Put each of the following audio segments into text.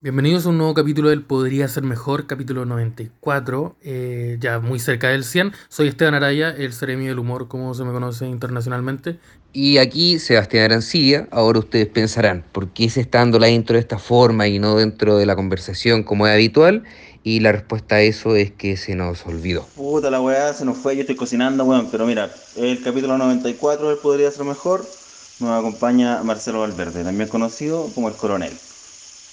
Bienvenidos a un nuevo capítulo del Podría Ser Mejor, capítulo 94, eh, ya muy cerca del 100. Soy Esteban Araya, el seremio del humor, como se me conoce internacionalmente. Y aquí Sebastián Arancilla, ahora ustedes pensarán, ¿por qué se está dando la intro de esta forma y no dentro de la conversación como es habitual? Y la respuesta a eso es que se nos olvidó. Puta la weá, se nos fue, yo estoy cocinando, weón, pero mira, el capítulo 94 del Podría Ser Mejor nos acompaña Marcelo Valverde, también conocido como el coronel.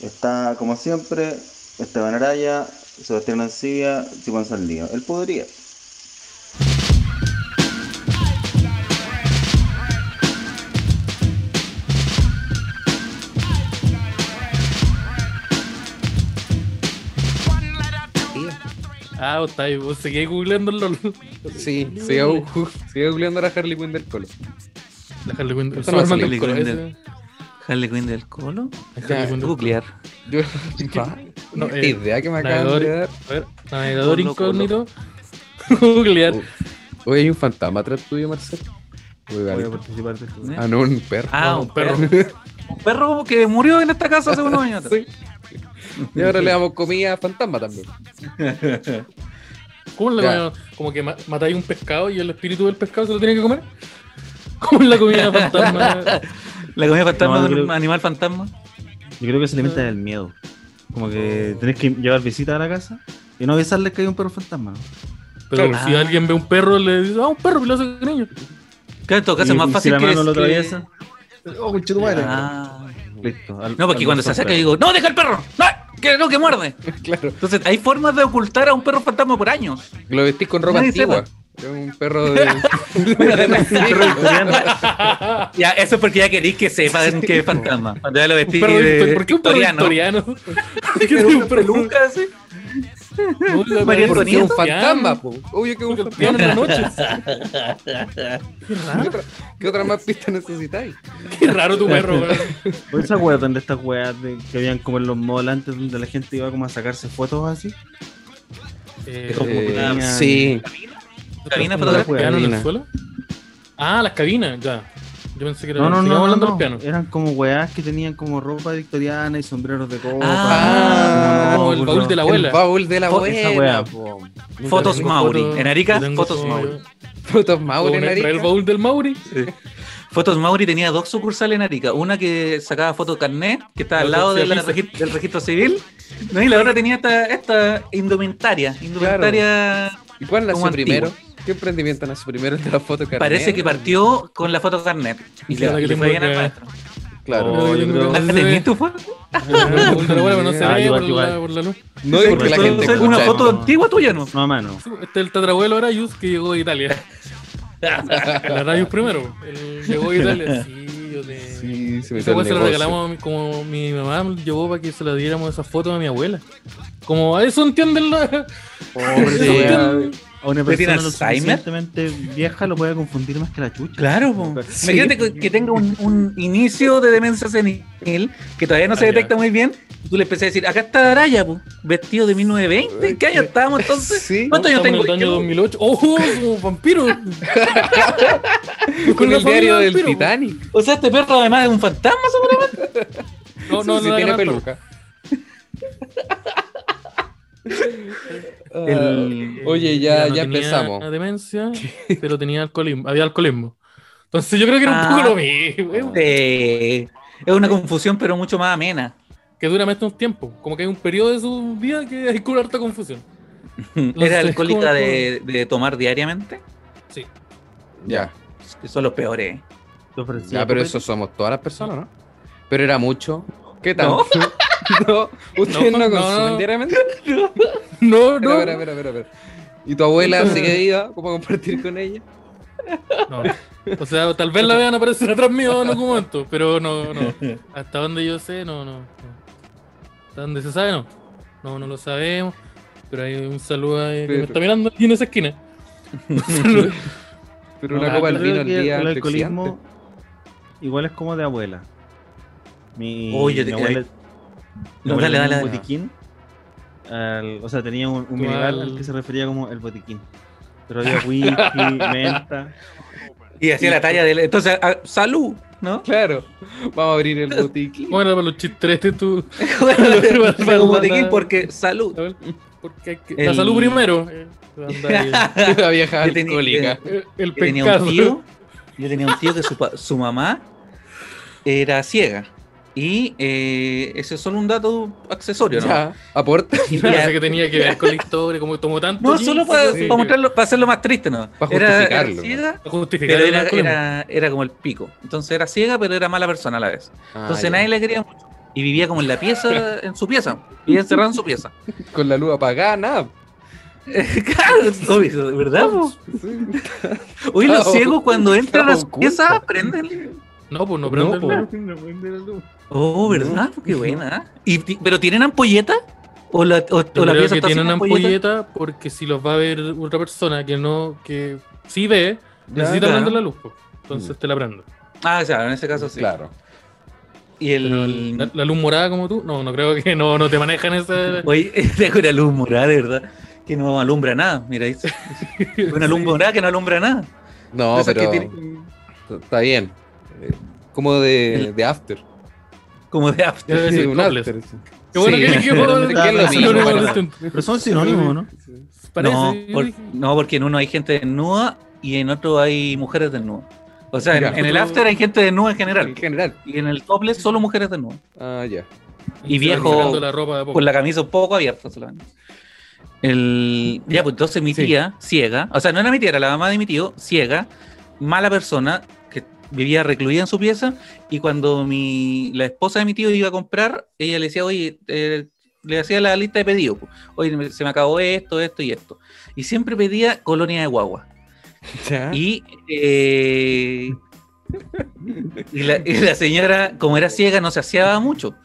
Está, como siempre, Esteban Araya, Sebastián Ancilla, Simón Saldío. Él podría. Ah, está ahí, vos seguí googleando el LOL. Sí, siga, bu- siga googleando a la Harley Quinn del Colo. La Harley Quinn, el Esto no es ¿eh? Superman del Harley Colo, Quinn ese. del- Harley Quinn del Colo. El Harley Ya, Quinn del- Nuclear. Yo, No, Qué eh, idea que me acaban navegador, de dar. a ver, navegador Colo, Colo. incógnito. Googlear. Oh, Oye, hay un fantasma atrás tuyo, Marcelo. Oye, Voy a vale. participar de esto. Ah, no, un perro. ¿Eh? Ah, No, un perro. Un perro que murió en esta casa hace unos años. atrás. Sí. Y ahora le damos comida a fantasma también. ¿Cómo es la Ya. comida? Como que ma- matáis un pescado y el espíritu del pescado se lo tiene que comer. ¿Cómo es la comida fantasma? La comida fantasma No, de un creo- animal fantasma. Yo creo que se alimenta del miedo. Como que tenés que llevar visita a la casa y no avisarles que hay un perro fantasma. Pero Claro. si Ah. alguien ve un perro, le dice, ah, un perro, y lo hace cariño. Claro, en todo caso Y es más si fácil la que. mano lo que- atraviesa. Oh, conchetumare. Ah. Listo. al- No, porque al- cuando se al- acerca digo, ¡No, deja el perro! ¡No! ¡Que no, que muerde! Claro. Entonces, hay formas de ocultar a un perro fantasma por años. Lo vestís con ropa Nadie antigua. Es un perro de. Ya, eso es porque ya queréis que sepa que es fantasma. Cuando ya lo Un vestí perro de victor- ¿Por qué un perro victoriano? victoriano. ¿Por qué Pero tiene una peluca así. No, la María verdad, Porque es Antonieta. un fantasma, po. Obvio que es un Porque el fantasma. piano en la noche. Qué ¿Qué raro, otra, qué otra más pista necesitáis? qué raro tu perro, weón. ¿No se acuerdan de estas weas de- que habían como en los malls antes donde la gente iba como a sacarse fotos así? Eh, Como que Eh, tenían- sí. Eh, Cabina ¿no era fotográfica. piano en el Cabina. suelo? Ah, las cabinas, ya. Yo pensé que era. No, no, sigamos no, no, hablando del no. piano. Eran como weas que tenían como ropa victoriana y sombreros de copa. Ah, Como el no, baúl de la El abuela. baúl de la Fo- abuela. esa wea. po. Fotos Yo tengo Mauri. foto- En Arica, yo tengo fotos foto- Mauri. Fotos Mauro en Con el- Arica. El baúl del Mauri. Fotos Mauri tenía dos sucursales en Arica. Una que sacaba fotos carnet, que estaba al La lado de la socializa. regi- del registro civil. ¿no? Y la otra tenía esta, esta indumentaria. Indumentaria. ¿Y cuál nació como antiguo. primero? ¿Qué emprendimiento nació primero el de la foto carnet? Parece que partió con la foto carnet. Y Esa es la le, que le tengo fue bien al acá. maestro. Claro. Oh, yo creo- ¿Ah, Entonces, ¿Tenías tu foto? El baúl de la abuela, pero no se Ah, ve igual, por la- igual. por la luz. No, y porque la Solo gente saco escucha. una foto ¿no? antigua tuya, ¿no? No, mano. Este es el tatarabuelo Arayus que llegó de Italia. El Arayus primero. Él llegó de Italia. Sí, yo te. Sí, se me Esa hizo weá se la el negocio. regalamos a mi- como mi mamá me llevó para que se la diéramos esa foto a mi abuela. Como, "Ah, eso entienden la... Pobre eso esa wea. entienden". A una ¿Pero tiene persona lo Alzheimer? suficientemente vieja lo puede confundir más que la chucha. Claro, po. Sí. imagínate que- que tenga un, un inicio de demencia senil que todavía no se Ah, ya. detecta muy bien. y Tú le empecé a decir, acá está Araya, po, vestido de 1920. ¿En qué año estábamos entonces? Sí. ¿Cuántos años Estamos tengo? en el año yo? 2008. ¡Ojo! ¡Oh, Como vampiro. Con la familia el diario del vampiro, po. Titanic. O sea, este perro además es un fantasma, seguramente. No, no, Sí, no. sí, tiene no, no. peluca. El- Ah, Oye, Mira, ya, eh, no ya tenía empezamos. demencia, pero tenía alcoholismo. Había alcoholismo. Entonces yo creo que era un Ah. poco lo mismo. Sí. Eh, Es una confusión, pero mucho más amena. Que dura más de un tiempo. Como que hay un periodo de su vida que hay con harta confusión. ¿Era sé, alcohólica ¿cómo- de, de tomar diariamente? Sí. Ya. Son los peores. Te ofrecí Ya, Ah, pero copete. eso somos todas las personas, ¿no? Pero era mucho. ¿Qué tal? No. ¿Ustedes no, No, no. consumen diariamente? No, Espera, no. espera, espera, espera, espera. ¿Y tu abuela sigue viva? ¿Cómo compartir con ella? No. O sea, tal vez la vean aparecer atrás mío en algún momento, pero no, no. Hasta donde yo sé, no, no. no. Hasta donde se sabe, no. No, no lo sabemos. Pero hay un saludo ahí que me Pero- está mirando aquí en esa esquina. Un saludo. Pero No, una yo copa ah, Yo al creo vino el que día el antes, alcoholismo igual es como de abuela. Mi, Oh, yo te mi abuela, mi abuela No, dale, tenía dale, un dale. botiquín. al- o sea, tenía un, un Tú al- mineral al que se refería como el botiquín. Pero había whisky, menta. Y hacía la talla de. Entonces, ah, salud. ¿no? Claro. Vamos a abrir el botiquín. Bueno, para los chistres tú. Bueno, un botiquín porque salud. A ver, porque hay que- La El- salud primero. eh, anda La vieja Yo tenía- alcohólica. ahí, eh, El Yo tenía pescado. un tío, yo tenía un tío que su, pa- su mamá era ciega. Y eh, ese es solo un dato accesorio, ¿no? Ya, aporta. Yo no sé que tenía que ver con la historia, como tomó tanto. No, tiempo, solo para, sí. para mostrarlo, para hacerlo más triste, ¿no? Para Era- era, justificarlo, ciega, Para justificar pero el era, alcoholismo. era- era como el pico. Entonces era ciega, pero era mala persona a la vez. Ah, Entonces ya. nadie le quería mucho. Y vivía como en la pieza, en su pieza. Vivía encerrado en su pieza. Con la luz apagada, nada. claro, obvio, ¿verdad? po? Sí. Hoy los Estaba- ciegos cuando entran a su oculto. pieza prenden. No, pues no No, prenden po. nada. Oh, ¿verdad? Qué buena. ¿eh? ¿Y, ti- ¿Pero tienen ampolleta? ¿O la, o, Yo o la creo pieza que está sin tienen ampolleta? ampolleta porque si los va a ver otra persona que no, que sí ve, necesita claro. Mm. prender la luz, po. entonces te la prendo. Ah, claro, en ese caso sí. Claro. Y Pero el. la, la luz morada como tú, no, no creo que no, no te manejan esa. Oye, tengo una luz morada, de verdad, que no alumbra nada. Mira, ahí se- una luz morada que no alumbra nada. No, Esas que pero. tienen- Está bien. Eh, Como de, de after. como de after. Debe Sí, ser un topless. after. sí. Qué bueno Sí. que que puedo- Es que es lo es lo mismo, único para- distinto. Pero son sinónimos, ¿no? Parece, no, yo por- dije. no, porque en uno hay gente desnuda y en otro hay mujeres desnudas. O sea, en, Mira. en el after hay gente desnuda en general. En general. Y en el topless solo mujeres desnudas. Ah, ya. Se van Y viejo- sacando la ropa de a poco. Con Pues la camisa un poco abierta solamente. El, ya, pues entonces mi Mm. Sí. tía, ciega, o sea, no era mi tía, era la mamá de mi tío, ciega, mala persona, que vivía recluida en su pieza, y cuando mi, la esposa de mi tío iba a comprar, ella le decía, oye, eh, le hacía la lista de pedidos, pues, oye, me- se me acabó esto, esto y esto. Y siempre pedía colonia de guagua. Ya. Y, eh, y, la, y la señora, como era ciega, no se aseaba mucho.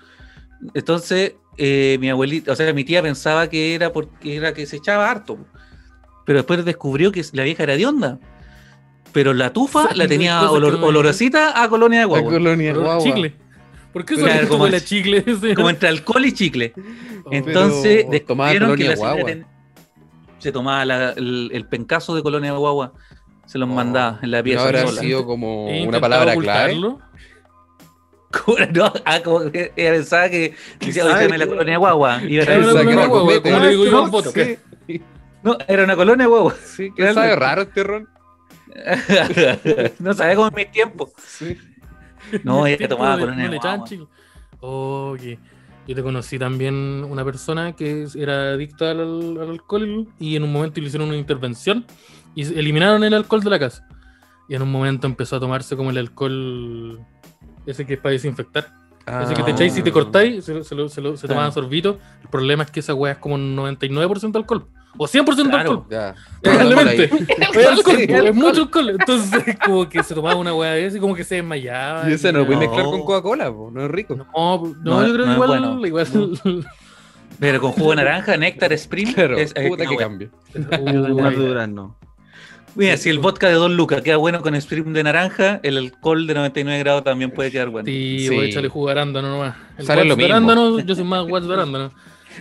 Entonces, eh, mi abuelita, o sea, mi tía pensaba que era porque era que se echaba harto. Pero después descubrió que la vieja era de onda. Pero la tufa Sí, la tenía cosas que olor- no me- olorosita a colonia de La guagua. colonia Olor a guagua. chicle. ¿Por qué Claro, solamente como huele a el- chicle? ese? Como entre alcohol y chicle. Oh, Entonces, pero tomaba descubrieron que colonia la señora guagua. ten- se tomaba la- el, el pencazo de colonia de guagua. Se los Oh. mandaba en la No pieza. habrá sola. sido como he una intentado palabra clave. ocultarlo. Como- no, ah, como que ella pensaba que decía, sabe? "Oye, tráeme la colonia guagua. Y era, Claro, Esa la colonia gran guagua, copete. como le digo yo al vodka. Sí, no, era una colonia guagua. sí, que sabe raro este ron. no sabía cómo en mis tiempos. Sí. No, ella Tiempo tomaba de- colonia no le echaban guagua. chicle. Oh, que Yo te conocí también una persona que es- era adicta al, al alcohol y en un momento le hicieron una intervención y se- eliminaron el alcohol de la casa. Y en un momento empezó a tomarse como el alcohol ese que es para desinfectar. Ese que te echáis y Ah. te cortáis, se, lo- se lo- se lo- se tomaban sorbitos. El problema es que esa weá es como un 99% de alcohol. O 100% de Claro. alcohol. Ah, Ya. Probablemente. Es alcohol, Sí, po, es mucho alcohol. Entonces, eh, como que se tomaba una weá de eso y como que se desmayaba. Y ese no lo puedes No. mezclar con Coca-Cola, po, no es rico. No, no, No, yo creo no que es igual, bueno. igual Pero con jugo de naranja, néctar, spring. Claro, es- es- puta no, que bueno. cambia. Más durazno. Mira, si el vodka de dos lucas queda bueno con spring de naranja, el alcohol de 99 grados también puede quedar bueno. Sí, Sí. voy a echarle jugo de arándano nomás. El Sale guas lo de mismo. arándano, yo soy más guas de arándano.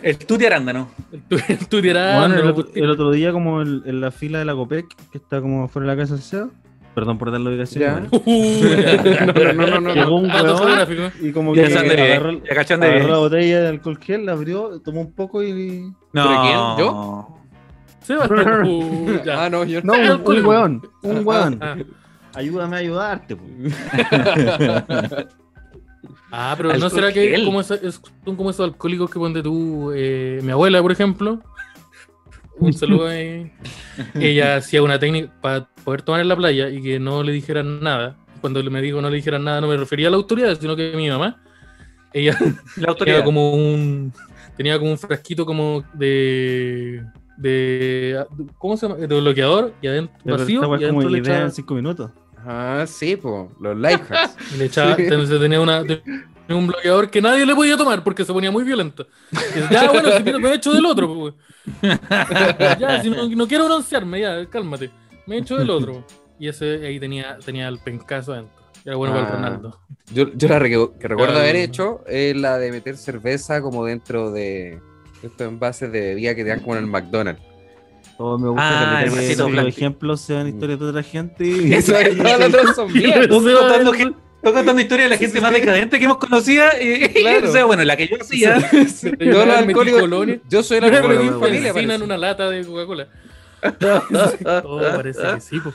El tuti arándano. El tu- El tu de Bueno, el, arándano. otro, el otro día, como el- en la fila de la Copec, que está como fuera de la casa del Seba, perdón por dar la ubicación, Ya. igual, Uh, No, no, no, no. Llegó no. un dato huevón geográfico. y como que Ah, Ya cachan de bien, agarró, ya cachan de agarró bien. la botella de alcohol gel, la abrió, tomó un poco y. ¿Pero quién? No. Se va. Uh, ya. Ah, no, yo No, un, un hueón, Ah, un hueón. ah. Ayúdame a ayudarte. pues. po. Ah, pero ¿no Alcohol será que gel. como esa- es- son como esos alcohólicos que ponte tú, eh, mi abuela, por ejemplo? Un saludo ahí. Ella hacía una técnica para poder tomar en la playa y que no le dijeran nada. Cuando me dijo no le dijeran nada, no me refería a la autoridad, sino que a mi mamá. Ella La tenía autoridad. como un tenía como un frasquito como de de ¿cómo se llama? de bloqueador y adentro Pero vacío esta weá y es como adentro le idea echaba, en 5 minutos. Ah, sí, po, los lifehacks. y le echaba- Sí. entonces tenía una tenía un bloqueador que nadie le podía tomar porque se ponía muy violento. Y dice, ya bueno, si quiero me echo del otro, pues. Ya, si no, no quiero broncearme, ya, cálmate. Me echo del otro. Y ese ahí tenía tenía el pencazo adentro. Era bueno para Ah. el Ronaldo. Yo, yo la recu- que recuerdo Claro. haber hecho es la de meter cerveza como dentro de estos envases de bebida que te dan como en el McDonald's. Oh, me gusta Ah, caleta el que vasito los blanco. Mm. ejemplos sean historias de otra gente. Eso es, todas las otras son Pero bien. se va- Contando que- Estoy contando historias de la gente más decadente que hemos conocido. Y, Claro. o sea, bueno, la que yo hacía. Yo, los alcohólicos- Colonia. yo soy el Pero alcohólico de mi me familia. encinan parece. una lata de Coca-Cola. Oh, parece que sí, po.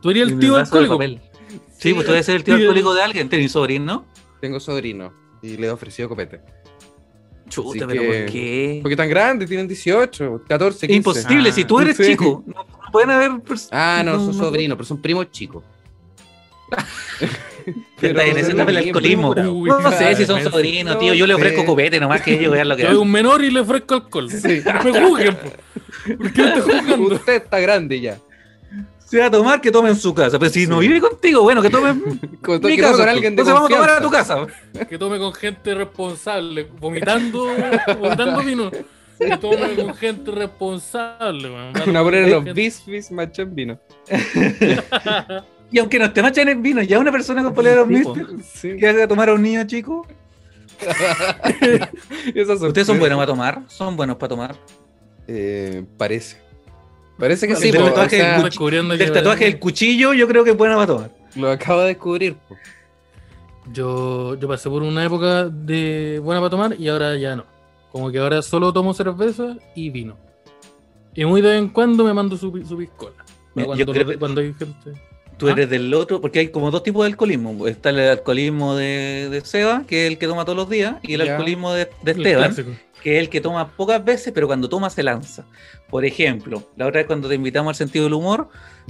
Tú eres en el el tío vaso de alcohólico. papel. Sí, pues tú debes ser el tío Sí. alcohólico de alguien. Tenés sobrino, ¿no? Tengo sobrino y le he ofrecido copete. Chuta, Así pero que- ¿por qué? Porque tan grande, tienen 18, 14, 15. Imposible, Ah, si tú eres sí. chico, no, no pueden haber personas. Ah, No, no, son no. sobrinos, pero son primos chicos. Está en esa pero- etapa del alcoholismo. primo, No, uy, sé si son claramente. sobrinos, tío. Yo le ofrezco Sí. copete nomás que ellos vean lo que Yo soy hacen. un menor y le ofrezco alcohol. Sí. No me juzguen, po. ¿Por qué me estás juzgando? Usted está grande ya. Se va a tomar, que tomen en su casa. Pero si no vive contigo, bueno, que tomen en Con, mi que no casa. con alguien de Entonces vamos a tomar confianza. a tu casa. Que tome con gente responsable, vomitando, vomitando vino. Que tome con gente responsable, weón. Van a poner los Gente- bisbis machan vino. Y aunque no te machan el vino, ya una persona con polera Sí, mister que haga tomar a un niño chico. Ustedes son buenos para tomar, son buenos para tomar. Eh, parece. Parece que El sí, del pues, po, o tatuaje sea, del Estamos descubriendo Del que- tatuaje del cuchillo, yo creo que es bueno para tomar. lo acabo de descubrir. po. Yo, yo pasé por una época de buena para tomar y ahora ya no. Como que ahora solo tomo cerveza y vino. Y muy de vez en cuando me mando su, pi- su piscola. Mira, Cuando, yo creo que- este cuando hay gente. Tú ¿Ah? eres del otro, porque hay como dos tipos de alcoholismo. Está el alcoholismo de, de Seba, que es el que toma todos los días, y el Ya. alcoholismo de, de El Esteban, clásico. que es el que toma pocas veces, pero cuando toma se lanza. Por ejemplo, la otra vez cuando te invitamos al sentido del humor,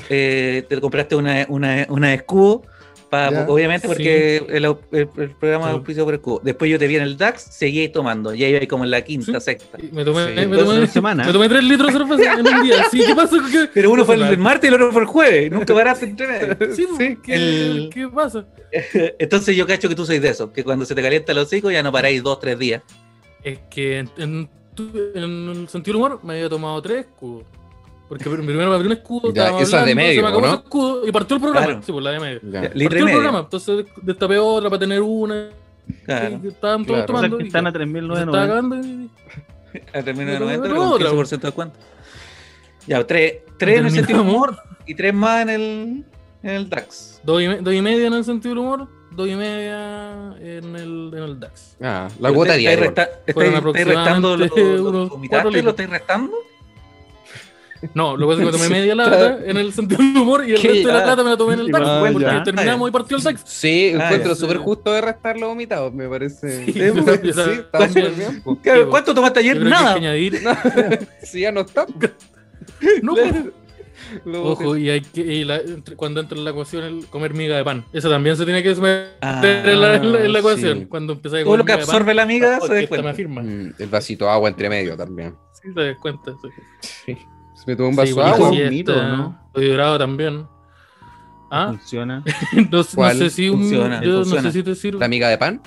eh, te compraste una, una, una escudo, pa- Ya. obviamente Sí. porque el, au- el- el programa Sí. es auspiciado por escudo. Después yo te vi en el DAX, seguí tomando, ya iba ahí como en la quinta, sexta. Y Me tomé, Sí, me entonces tomé- una semana. me tomé tres litros de cerveza en un día. Sí, ¿qué pasa? ¿Qué, Pero uno fue el, Claro. del martes y el otro fue el jueves, nunca paraste entre medio. sí, pues, ¿qué, el- qué pasa? Entonces yo cacho que tú sois de eso, que cuando se te calienta el hocico ya no paráis dos, tres días. Es que en, en tu- en el sentido del humor me había tomado tres escudos. Porque primero me abrió un escudo, Ya, estábamos eso es de hablando, medio, se me acabó ¿no? ese escudo y partió el programa. Claro. Sí, pues la de medio. Ya. Litro y Partió el medio. programa, entonces destapé otra para tener una. Claro. Y Estaban todos O Claro. sea, tomando. que y- están a y se estaba 3.990. acabando y- Al término de Pero 90, no, pero con otra, 15% de cuenta. Ya, tres, tres en Terminamos. el sentido del humor y tres más en el, en el DAX. dos, y me- dos y media en el sentido del humor, dos y media en el, en el DAX. Ah, la cuota Estáis diaria. resta- Fueron estáis- estáis restando los aproximadamente unos cuatro ¿Lo litros. estáis restando? No, lo que pasa es que tomé media lata en el sentido del humor y el Qué resto de la ya. lata me la tomé en el Sí, DAX. va, porque ya. terminamos y partió el DAX. Sí, Ah, encuentro ya. súper justo de restar los vomitados, me parece. Sí, Sí, pues, sí, sí, está sí. súper bien. po. Claro, Sí, po. ¿Cuánto tomaste Yo ayer? creo que hay Nada. que añadir. Sí, ya no está. No, pues. Lo Ojo, y, hay que, y la- entre- cuando entra en la ecuación el comer miga de pan. Eso también se tiene que meter Ah, en, la, en la- en la sí. ecuación. Cuando empezáis a Todo comer lo que miga de pan, absorbe la amiga se porque da esta me cuenta. afirma. Mm, El vasito de agua entre medio también. Sí, te das cuenta. sí. Se me tomó un vaso Sí, de bueno, agua. sí. y un mito, está ¿no? Hidrogrado también. Ah, Funciona. no, no Mm. ¿Cuál? sé si un- Funciona, yo no funciona. sé si te sirve. La amiga de pan.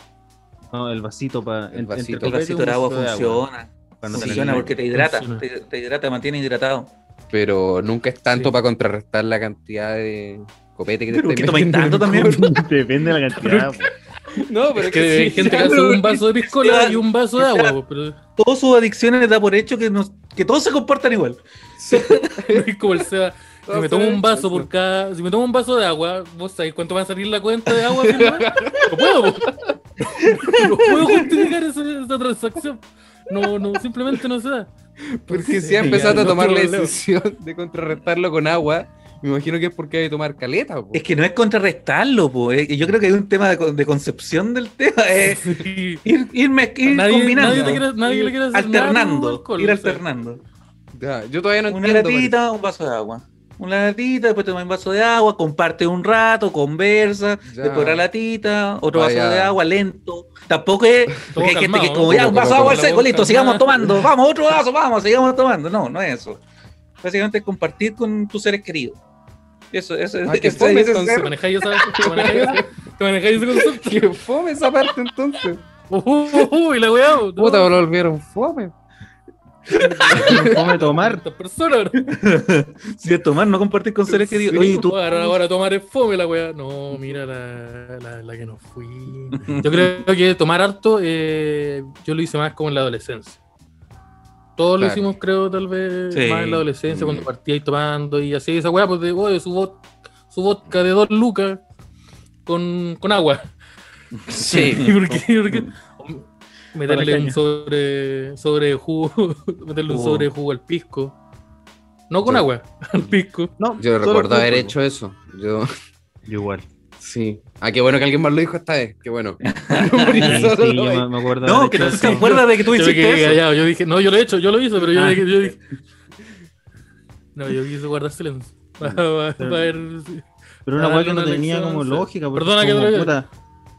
No, el vasito para. El vasito. El vasito de agua funciona. Cuando te Funciona la- porque te hidrata. Funciona. Te, te hidrata, mantiene hidratado. pero nunca es tanto Sí. para contrarrestar la cantidad de copete que te Pero estáis que tomáis metiendo tanto en el también. Depende de la cantidad. po. cuerpo. No, pero Es que hay gente que hace claro, un vaso de piscola claro, y un vaso de claro. agua, pero Todas sus adicciones da por hecho que, nos- que todos se comportan igual. es como el Seba. Si me tomo un vaso por cada. Si me tomo un vaso de agua, ¿vos sabés cuánto va a salir la cuenta de agua? Vilma? No puedo, po. No puedo justificar esa, esa transacción. No, no, simplemente no se da. Porque si Sí, empezaste ya, a no tomar la problema. decisión de contrarrestarlo con agua, me imagino que es porque hay que tomar caleta. po. Es que no es contrarrestarlo, po. eh, Yo creo que hay un tema de, con- de concepción del tema. Eh, Es Sí. ir, ir mez- ir Nadie- combinando. nadie te quiere- nadie le quiere hacer nada alternando. con alcohol, ir o sea. alternando. Ya, yo todavía no Una entiendo. latita, un vaso de agua. Una latita, después tomas un vaso de agua, comparte un rato, conversa, Ya. después otra latita, otro Vaya. vaso de agua, lento. Tampoco es Todo porque hay gente calmado, que ¿no? como ya un Como- vaso de agua al como seco, la listo, boca sigamos calmada. tomando, vamos, otro vaso, vamos, sigamos tomando. No, no es eso. Básicamente es compartir con tus seres queridos. Eso, eso, Ah, qué eso- eso fome, es entonces. ¿Te ser- manejáis esa- te manejáis esa- te manejáis ese concepto? po. Que fome esa parte entonces. Uh, uh, uh, y la weá, no. Puta, lo volvieron fome. Come pues. tomar. Estas personas, ¿no? Sí, es tomar, no compartir con seres queridos. Oye, tú, Ahora, ahora tomar es fome la weá. No, mira la, la, la que nos fui. Yo creo que tomar harto, eh, yo lo hice más como en la adolescencia. Todos lo Claro. hicimos, creo, tal vez, Sí. más en la adolescencia, cuando Mm. partía y tomando y así, esa weá, pues de, oye, su, vod- su vodka de dos lucas. con, con agua. Sí. Mm. ¿Y por qué? ¿Por qué? Meterle caña. un sobre, sobre de jugo, meterle un Jugo. Uh. sobre de jugo al pisco. No con Yo- agua, al pisco. No, Yo solo recuerdo haber fútbol. hecho eso. Yo, Yo igual. sí. Ah, qué bueno que alguien más lo dijo esta vez. Qué bueno. Sí, Solo sí, yo lo- me, me acuerdo. No, haber que hecho no eso. se acuerda de que tú Yo me quedé hiciste eso. callado, yo dije, no, yo lo he hecho, yo lo hice, pero yo, Ah. dije, yo dije- No, yo quise guardar silencio. Pa- pa- pa ver si- Pero una Ah, weá que una no tenía lección, como sí. lógica. porque Perdona es que como, te lo puta,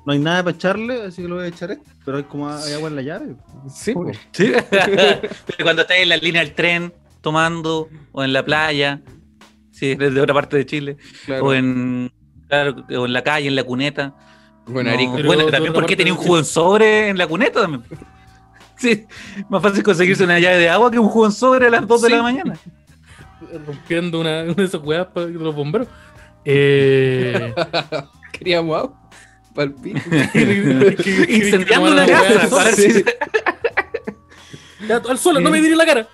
No hay nada para echarle, así que lo voy a echar este. Pero hay como hay agua en la llave. Sí, po. Sí. Pero cuando estás en la línea del tren, tomando, o en la playa, si eres de otra parte de Chile, claro. o, en, claro, o en la calle, en la cuneta. Bueno, No, Arico. Pero bueno, de también otra porque parte tenía un de jugo en sobre en la cuneta también. Sí, más fácil conseguirse una llave de agua que un jugo en sobre a las 2 de la mañana. rompiendo una, una de esas weas para los bomberos. Eh, Queríamos agua. Palpito. Incendiando una Quería casa. tomar agua. para ver si- ya, al suelo, no me diré la cara.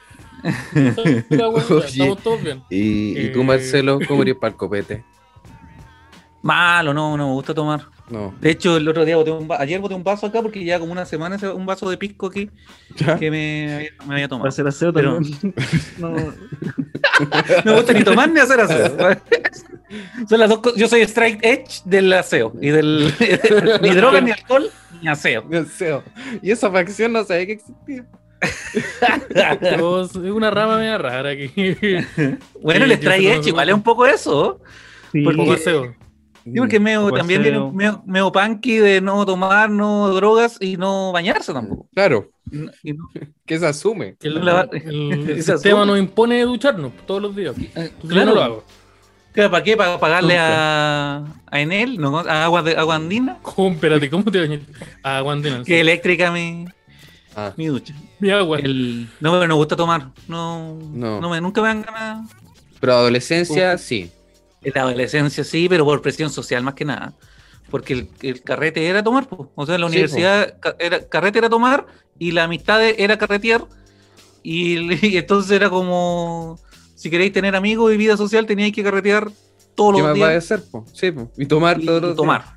La wea, Estamos todos bien. ¿Y, y tú, Eh. Marcelo, cómo eres para el copete? Malo, no, no me gusta tomar. No. De hecho, el otro día boté un va- ayer boté un vaso acá porque ya como una semana ese- un vaso de pisco aquí ¿Ah? que me había, me había Para tomado. hacer aseo Pero- también. No, No me gusta ni tomar ni hacer aseo. Son las dos co- Yo soy straight edge del aseo y del ni droga ni alcohol ni aseo. No sé. Y esa facción no sabía que existía. Pero es una rama media rara aquí. Bueno, Sí, yo creo el que straight no edge me igual gusta. es un poco eso. sí, Un poco Porque- aseo. Sí, Mm, porque es medio, poco también viene un medio, medio punky de no tomar, no drogas y no bañarse tampoco. Claro, Y no- y no- que se asume. El, Lavar- el Esa sistema sopa. Ah, nos impone ducharnos todos los días. Entonces Yo no lo hago. Claro, ¿Para qué? ¿Para pagarle a, a Enel? ¿No? ¿A agua, de, agua andina? ¿Cómo, espérate, ¿cómo te bañas? Ah, Guandina. Que eléctrica mi, Ah. mi ducha. Mi agua. El- no, pero no me gusta tomar. No, No. no. me, nunca me dan ganas. Pero adolescencia, sí. En la adolescencia sí, pero por presión social más que nada. Porque el, el carrete era tomar. po. O sea, en la Sí, universidad ca- era, carrete era tomar y la amistad e- era carretear. Y, el- y entonces era como, si queréis tener amigos y vida social, teníais que carretear todos ¿Qué los más va a días. ser? po? Sí, po. y tomar y todos los tomar. días.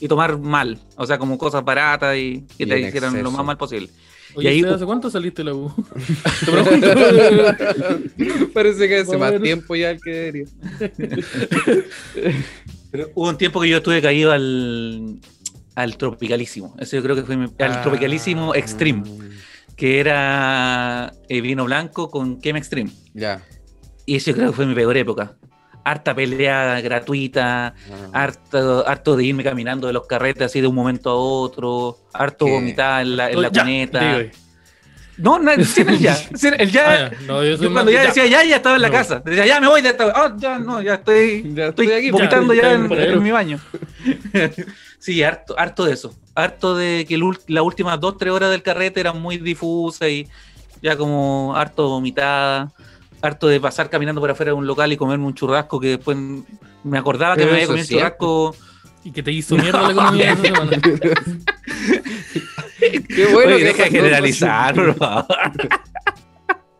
Y tomar mal. O sea, como cosas baratas y que Y te en hicieran lo exceso. más mal posible. Oye, y ahí- Seba, ¿hace cuánto saliste de la U? Te pregunto. Parece que hace Vamos a más ver. tiempo ya el que debería. Pero hubo un tiempo que yo estuve caído al, al tropicalísimo. Eso yo creo que fue mi- al Ah. tropicalísimo extreme, Mm, que era eh, vino blanco con quema extreme. Ya. Y eso yo creo que fue mi peor época. Harta pelea gratuita, Ah, harto, harto de irme caminando de los carretes así de un momento a otro, harto ¿Qué? vomitar en la, Ah, en la Ya, cuneta. digo, No, no, sin el ya. sin el ya, ah, ya, no, yo soy Yo más cuando de ya decía ya, ya estaba en la No. casa. Decía ya me voy de esta. Ah, ya no, ya estoy. Ya estoy, estoy aquí, vomitando ya, ya, estoy en, por ahí. en mi baño. sí, harto, harto de eso. Harto de que el ul- las últimas dos, tres horas del carrete eran muy difusas y ya como harto vomitada. Harto de pasar caminando por afuera de un local y comerme un churrasco que después me acordaba que Pero me había eso comido el es cierto. churrasco. Y que te hizo mierda la economía esa semana. Qué bueno Oye, deja que de esas dos- generalizar, por favor.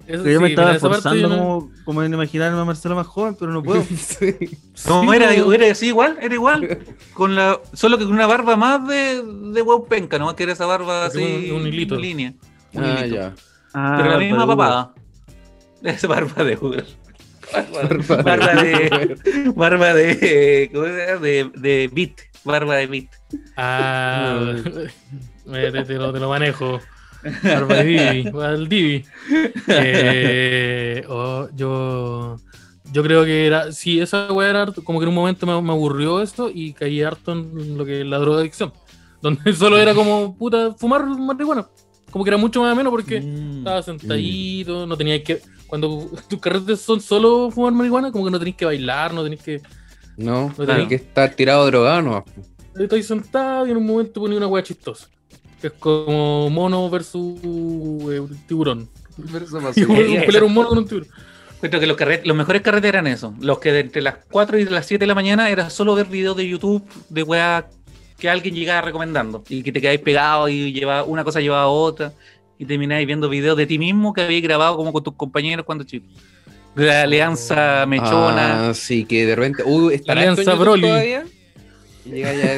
Eso Yo sí, mira, esa me estaba parte esforzando yo no- como, como en imaginarme a Marcelo más joven, pero no puedo. Sí. No, Sí, era, no. era así igual, era igual. Con la, solo que con una barba más de, de huevo penca, nomás que era esa barba Así así. un- un hilito. en línea. Un Ah, hilito. ya. Ah, Pero la misma Hugo. papada. Es barba de Uber. Bárbaro. Barba de. Barba de. ¿Cómo se llama? De, de beat. Barba de beat. Ah, eh, te, te lo, te lo manejo. Barba de Divi, al Divi. Eh, oh, yo, yo creo que era. Sí, esa weá era harto- como que en un momento me, me aburrió esto y caí harto en lo que es la drogadicción. Donde solo era como puta fumar marihuana. Como que era mucho más ameno porque Mm. estaba sentadito, no tenía que. Cuando tus carretes son solo fumar marihuana, como que no tenés que bailar, no tenés que. No, Claro. tiene que estar tirado drogado, no. Estoy sentado y en un momento ponía una hueá chistosa. Que es como mono versus eh, tiburón. Y como Sí, pelear un mono con un tiburón. Encuentro que los, carretes- los mejores carretes eran esos. Los que de entre las 4 y las 7 de la mañana era solo ver videos de YouTube de weá que alguien llegaba recomendando. Y que te quedáis pegado y lleva, una cosa llevaba a otra. Y termináis viendo videos de ti mismo que habéis grabado como con tus compañeros cuando chicos. De la alianza mechona. Ah, sí, que de repente. Uh, ¿estará Alianza esto en YouTube Broly. todavía? Y llegáis a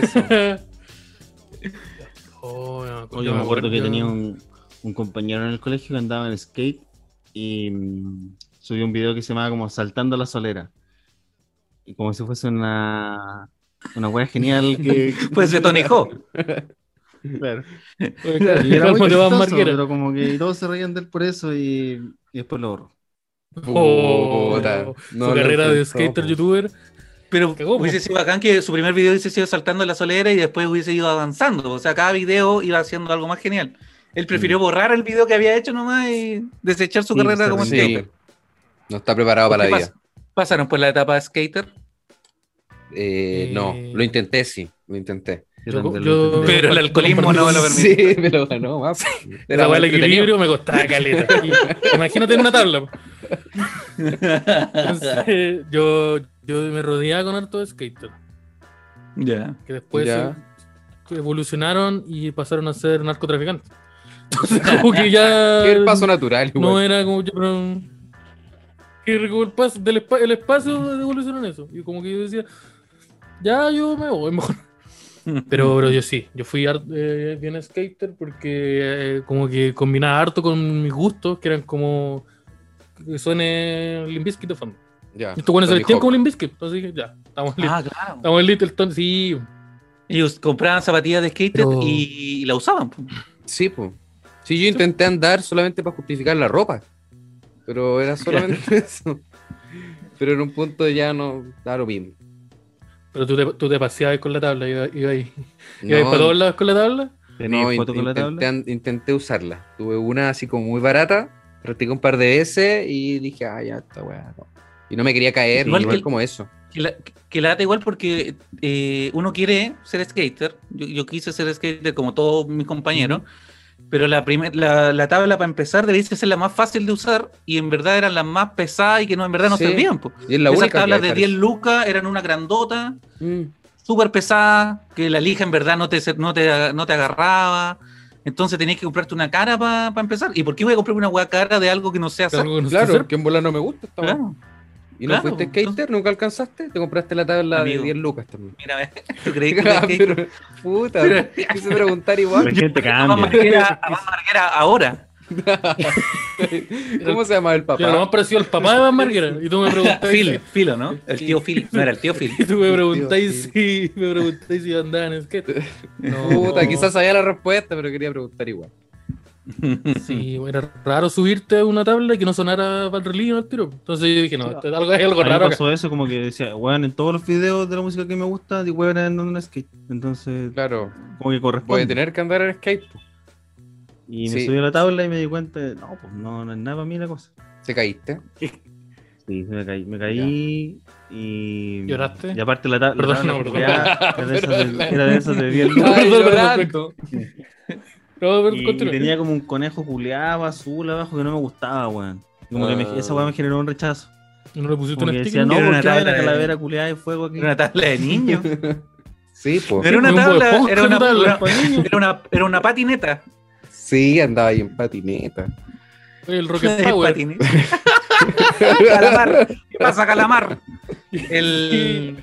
eso. Oh, no, Oye, me acuerdo que tenía un, un compañero en el colegio que andaba en skate y mm, subió un video que se llamaba como Saltando la Solera. Y como si fuese una, una wea genial que... Pues se tonejó. Claro. Oye, Y era muy Calmo de Van chistoso, Marguera. pero como que y todos se reían de él por eso y, y después lo borró. Oh, Puta, no su lo carrera de alcanzó, skater po. youtuber. Pero Cagó, po. hubiese sido bacán que su primer video hubiese sido saltando en la solera y después hubiese ido avanzando. O sea, cada video iba haciendo algo más genial. Él prefirió borrar el video que había hecho nomás y desechar su Sí, carrera se como rindió. skater. Sí. No está preparado para la ¿Qué vida. pas- Pasaron por la etapa de skater, Eh, No, Eh. lo intenté, sí. Lo intenté. Yo- también yo- lo entendí. pero el alcoholismo no me lo permitió. Sí, me lo ganó, más. La Era wea más del entretenido. equilibrio me costaba caleta. Y- Imagínate en una tabla. po. Entonces, yo, yo me rodeaba con harto de skater. Ya. Que después Ya. se- evolucionaron y pasaron a ser narcotraficantes. Entonces, como que ya. Que el paso natural, No igual. era como yo, pero. Que recuerdo el, paso, del espa- el espacio evolucionó en eso. Y como que yo decía, ya yo me voy mejor. Pero, pero yo sí, yo fui har- eh, bien skater porque eh, como que combinaba harto con mis gustos, que eran como que suene Limbiskit de fondo. Ya. Estos buenos se Tony vestían Hawk. como Limbiskit, entonces dije, ya, estamos listos. Ah, claro. Estamos en Littleton, sí. Ellos compraban zapatillas de skater Pero- y la usaban. po. Sí, pues. Sí, yo intenté andar solamente para justificar la ropa. Pero era solamente eso. Pero en un punto ya no da lo mismo. Pero tú te, tú te paseabas con la tabla, iba, iba ahí. Iba ahí No, para todos lados con la tabla. ¿Tenéis no, in- foto con la tabla? intenté, intenté usarla. Tuve una así como muy barata, practiqué un par de veces y dije, ah, ya, esta weá. no". Y no me quería caer, Igual igual, que- como eso. Que la, que la da igual porque eh, uno quiere ser skater. Yo, yo quise ser skater como todos mis compañeros. Pero la, primer, la, la tabla para empezar debiese ser la más fácil de usar y en verdad eran las más pesadas y que no, en verdad no Sí. servían. po. Y es la Esas única que tablas hay, de parece. 10 lucas eran una grandota, Mm. súper pesada, que la lija en verdad no te, se- no te, no te agarraba. Entonces tenías que comprarte una cara para empezar. ¿Y por qué voy a comprar una hueá cara de algo que no sé hacer? algo que no sé hacer. Claro, que en bola no me gusta esta weá. Claro. Y no claro, fuiste skater, entonces- nunca alcanzaste, te compraste la tabla Amigo. de 10 lucas también. Mira, ve, tú creí que Ah, era skater. pero- puta, quise preguntar La igual. gente A Van cambia. Marguera, a Van Marguera ahora. ¿Cómo se llama el Yo lo más papá? parecido al papá de Van Marguera. Y tú me preguntáis. Phil, Filo, ¿no? El tío Phil. No era el tío Phil. Y tú me Dios, preguntáis si. Me preguntáis si andaba en skate. No, Puta, quizás sabía la respuesta, pero quería preguntar igual. Sí, era raro subirte a una tabla y que no sonara Valrelino al tiro. Entonces yo dije, no, esto es algo, hay algo A mí me raro acá. pasó eso, como que decía, weón, en todos los videos de la música que me gusta, digo, weón, en un skate. Entonces, Claro, como que voy a corresponde. tener que andar en skate. po. Y me Sí. subí a la tabla y me di cuenta, de, no, pues no, no es nada para mí la cosa. ¿Se caíste? Sí, me caí, me caí y... ¿Lloraste? Y aparte la tabla... Perdón, la no, tabla perdón. era de esas de- Era de esas de 10 lucas. Perdón, Ay, perdón, llorando. No, pero Y, y continúa. tenía como un conejo culeado azul abajo que no me gustaba, weón. Y Como que Ah. me- esa weá me generó un rechazo. ¿No le pusiste Como un que sticker? decía, no, Era una porque hay tabla la de- calavera culeada de fuego aquí. Era una tabla de niño. Sí, pues. Era una Un huevo de tabla, esponja, era una, una tabla. era- era una, era una patineta. Sí, andaba ahí en patineta. El Rocket Una Power. patineta. Calamar. ¿Qué pasa, Calamar? El...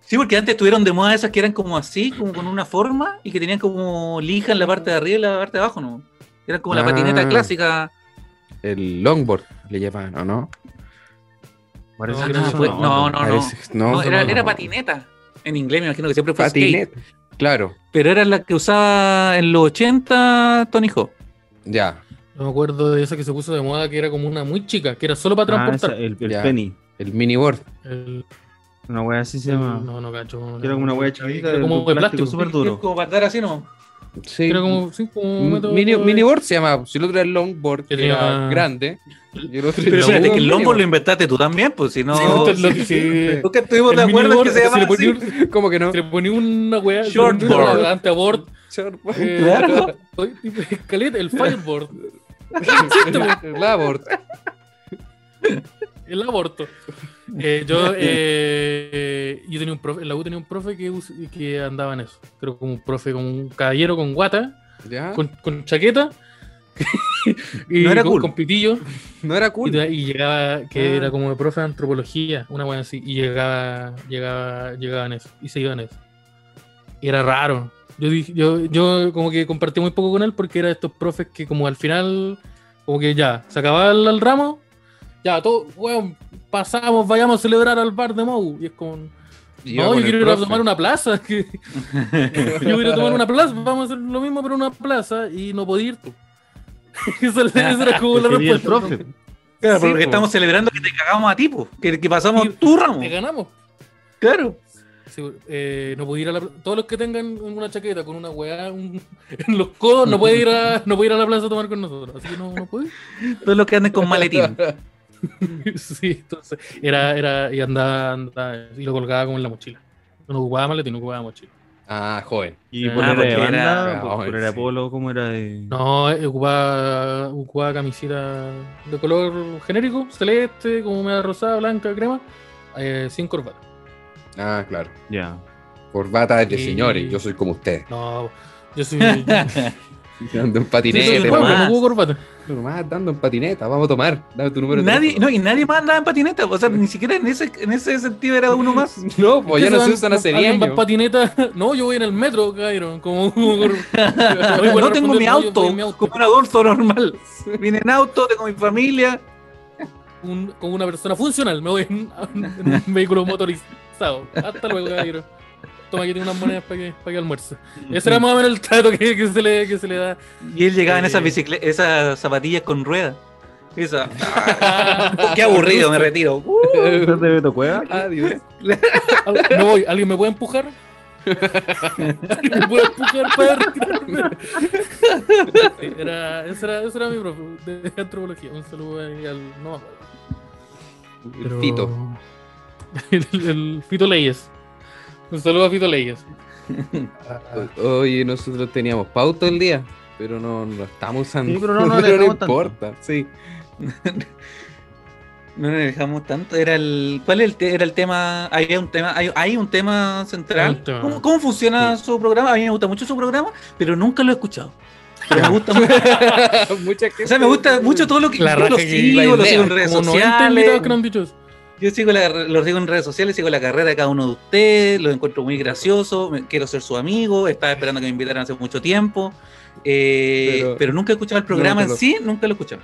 Sí, porque antes estuvieron de moda esas que eran como así, como con una forma y que tenían como lija en la parte de arriba y la parte de abajo, ¿no? Eran como la Ah. patineta clásica. El longboard le llamaban, ¿o no? Parece No, que creo eso que fue- Ah, Pues, no, no. Parece- no, No, era, no, era no. patineta. En inglés me imagino que siempre fue skate. Patineta. Claro, Pero era la que usaba en los 80 Tony Hawk. ya. No me acuerdo de esa que se puso de moda que era como una muy chica, que era solo para Ah, esa, transportar. el, el Ya. penny. El miniboard. El- Una weá así se llama. No, no cacho. Que era como una weá chiquita. Era como de plástico. Súper Es duro. como para andar así nomás. Sí. Era como, sí, como un M- método mini, de- miniboard se llamaba. Si el otro era el longboard, que Tenía- era grande. Y el otro Pero era espérate, el que el lombo miniboard. lo inventaste tú también, pues si no. Sí, usted lo- sí. Nunca estuvimos El de acuerdo en miniboard, que se si llamaba le ponía así. un- ¿Cómo que no? si le ponía una weá. Shortboard. Ante abort. Shortboard. eh, Claro. El fireboard. Labord. El aborto. Eh, yo, eh, yo tenía un profe, en la U tenía un profe que, us- que andaba en eso. Creo como un profe, como un caballero con guata, ¿Ya? con, con chaqueta. y Ah. No era con, cool. con pitillo. No era Y, cool. te- y llegaba, que Ah. era como de profe de antropología, una buena así. Y llegaba, llegaba, llegaba en eso. Y se iba en eso. Y era raro. Yo, dije- yo, yo como que compartí muy poco con él porque era de estos profes que como al final, como que ya, se acababa el, el ramo, ya, todo, weón, pasamos, vayamos a celebrar al bar de Mou. Y es como, iba no, yo con el quiero ir a profe. tomar una plaza. que- yo quiero ir a tomar una plaza, vamos a hacer lo mismo pero en una plaza y no podía ir tú. esa, esa era como la Porque vi el respuesta. profe. Claro, Sí, porque po. estamos celebrando que te cagamos a ti, po, que, que pasamos Sí. tu ramo. Te ganamos. Claro. Sí, eh, no puede ir a la pla- Todos los que tengan una chaqueta con una weá un- en los codos no puede ir a, no puede ir a la plaza a tomar con nosotros. Así que no, no puede. Todos los que andan con maletín. Sí, entonces era, era, y andaba, andaba, y lo colgaba como en la mochila. No ocupaba maletín, no ocupaba mochila. Ah, joven. Y Ah, por era de porque banda, era- por, por era sí. polo, ¿cómo era de...? No, eh, ocupaba, ocupaba camiseta de color genérico, celeste, como media rosada, blanca, crema, eh, sin corbata. Ah, claro. Ya. Corbata de Sí. señores, yo soy como usted. No, yo soy. yo Ando soy en patineta. del pero pueblo, nomás. no más. ocupo corbata. Nomás dando en patineta, vamos a tomar. Dame tu número de Nadie, no, teléfono. y nadie más andaba en patineta, o sea, ni siquiera en ese, en ese sentido era uno más. No, pues ya ¿Qué no se van- usan hace 10 alguien va en años. patineta? No, yo voy en el metro, Cairo. Como, como- como- voy a no tengo responder, mi no, yo voy auto, en mi auto. como un adulto normal. Vine en auto, tengo mi familia. un- como una persona funcional. Me voy en, en un vehículo motorizado. Hasta luego, Cairo. Toma, aquí tiene unas monedas para que, para que almuerce. Ese era más o menos el trato que, que se, le, que se le da. Y él llegaba en esas, Eh. bicicle- esas zapatillas con ruedas. Esa. Qué aburrido, me retiro. Uh, ¿Estás de Beto Cueva? Adiós. Al- Me voy. ¿Alguien me puede empujar? ¿Alguien ¿Me puede empujar para retirarme? Sí, Era, ese, era, ese era mi profe de antropología. Un saludo ahí al. No me acuerdo. El Pero- Fito. El, el Fito Leyes. Un saludo a Fito Leyes. Oye, nosotros teníamos pauta el día, pero no, no la estamos usando. Sí, pero no, no le damos tanto. importa. Sí. No nos dejamos tanto. Era el, ¿Cuál era el, te- era el tema? Había un tema, hay, hay un tema central. Hay un tema. ¿Cómo, cómo funciona su programa? A mí me gusta mucho su programa, pero nunca lo he escuchado. Pero me gusta mucho. Mucha gente- O sea, me gusta mucho todo lo que yo lo raja que- sigo, la lo idea, sigo en redes Como 90 sociales. invitados que no han dicho eso. Yo sigo la, lo sigo en redes sociales, sigo la carrera de cada uno de ustedes, lo encuentro muy gracioso, me- quiero ser su amigo, estaba esperando que me invitaran hace mucho tiempo, eh, Pero- pero, nunca he escuchado el programa Nunca lo- en sí, nunca lo he escuchado.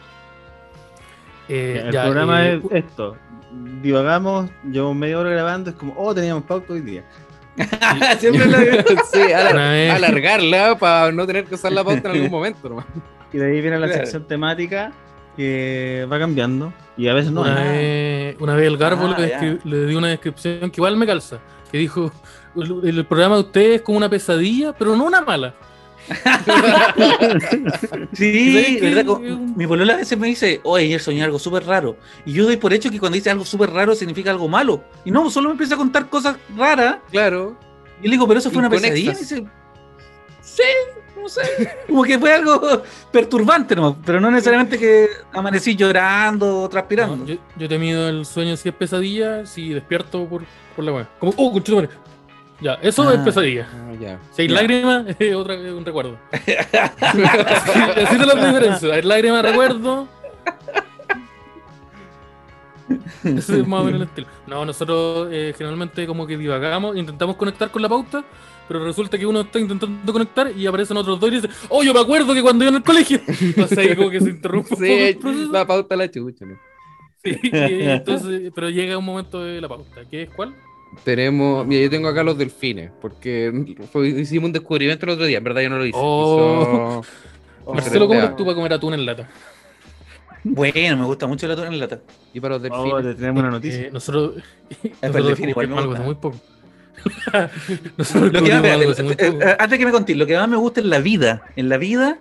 Eh, el ya, programa eh, es esto. Divagamos, llevamos media hora grabando, es como, oh, teníamos pauta hoy día. Siempre la- Sí, alar- Una vez. alargarla para no tener que usar la pauta en algún momento nomás. Y de ahí viene la Claro. sección temática que va cambiando. Y a veces no. una, ¿eh? vez, una vez el Garbo Ah, le, ya. descri- le dio una descripción que igual me calza. Que dijo: "El- El programa de ustedes es como una pesadilla, pero no una mala. Sí, ¿Sabes qué? ¿verdad? Como- mi polola a veces me dice, oye, ayer soñé algo súper raro. Y yo doy por hecho que cuando dice algo súper raro significa algo malo. Y no, solo me empieza a contar cosas raras. Claro. Y le digo, pero eso fue una Inconexas. pesadilla. Y dice, sí, no sé. Como que fue algo perturbante nomás, pero no necesariamente que amanecí llorando o transpirando. No, yo, yo he tenido el sueño si es pesadilla, si despierto por, por la weá. Como, oh, conchetumare". Ya, eso es Ah. pesadilla. Ah, ya. Si hay Ya. lágrimas, es otra, es un recuerdo. así, así te lo diferencio. Hay lágrimas, recuerdo. Ese es más o menos el estilo. No, nosotros eh, generalmente como que divagamos, intentamos conectar con la pauta, pero resulta que uno está intentando conectar y aparecen otros dos y dicen, oh, yo me acuerdo que cuando yo en el colegio. Entonces ahí como que se interrumpe. un poco el Sí, proceso. la pauta la chucha. ¿no? Sí, entonces, pero llega un momento de la pauta, que es cuál? Tenemos, mira, yo tengo acá los delfines, porque fue- hicimos un descubrimiento el otro día, en verdad yo no lo hice. Oh. Hizo- Marcelo, ¿cómo ya. eres tú para comer atún en lata? Bueno, me gusta mucho el atún en lata. Y para los delfines. Oh, te tenemos una noticia. Eh, nosotros pero nosotros define cuál me descubrimos algo hace muy gusta. poco. nosotros Lo que más, descubrimos algo hace muy espérate, eh, eh, poco. antes que me contéis, lo que más me gusta en la vida, en la vida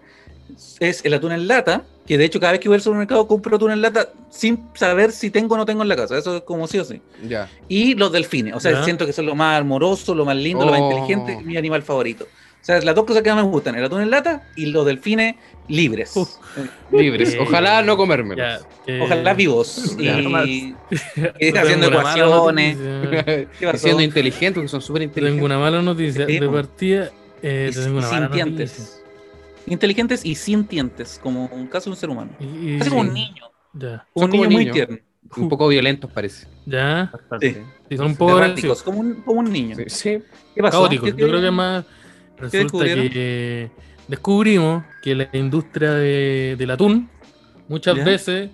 es el atún en lata, que de hecho cada vez que voy al supermercado compro atún en lata sin saber si tengo o no tengo en la casa, eso es como sí o sí. Ya. Y los delfines, o sea, Ya. siento que son lo más amoroso, lo más lindo, lo más Oh. inteligente, y mi animal favorito. O sea, las dos cosas que más me gustan, el atún en lata y los delfines libres. Uf. Libres. Eh, Ojalá no comérmelos. Ya, eh, Ojalá vivos. ya. Y, y tengo haciendo una mala ecuaciones. noticia. ¿Qué pasó? Siendo inteligentes, porque son súper Tengo inteligentes. una mala noticia. Sí, De po. partida, y eh, te tengo una mala noticia. sintientes. Inteligentes y sintientes, como un caso de un ser humano. Y- y- Es como un niño. ya. Un como niño muy niños. tierno. un poco violentos, parece. Ya, Bastante. Sí. sí, son un poco Erráticos, agresivos. como un, como un niño. Sí, sí. ¿Qué pasó? caóticos. ¿Qué- Yo qué- creo que más resulta descubrieron? que descubrimos que la industria de- del atún muchas ¿Ya? veces,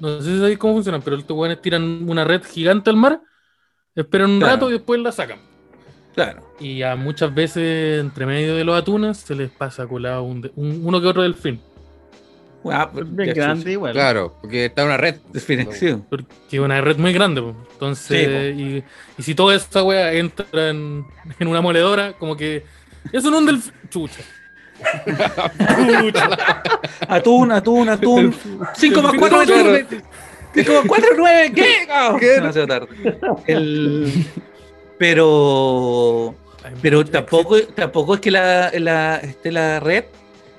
no sé si sabéis cómo funcionan, pero estos hueones tiran una red gigante al mar, esperan un Claro. rato y después la sacan. Claro. Y a muchas veces, entre medio de los atunes, se les pasa colado un de- un- uno que otro delfín. Ah, pues, Bien ya, grande igual. Claro, porque está una red. Definición. Porque es una red muy grande, po. entonces, y, y si toda esta wea entra en, en una moledora, como que eso no es un delfín. Chucha. Chucha. Atún, atún, atún. 5,49. 5,49, ¿qué? Ah, ¿Qué? Demasiado tarde. El- Pero. Pero tampoco, tampoco es que la, la- esté la red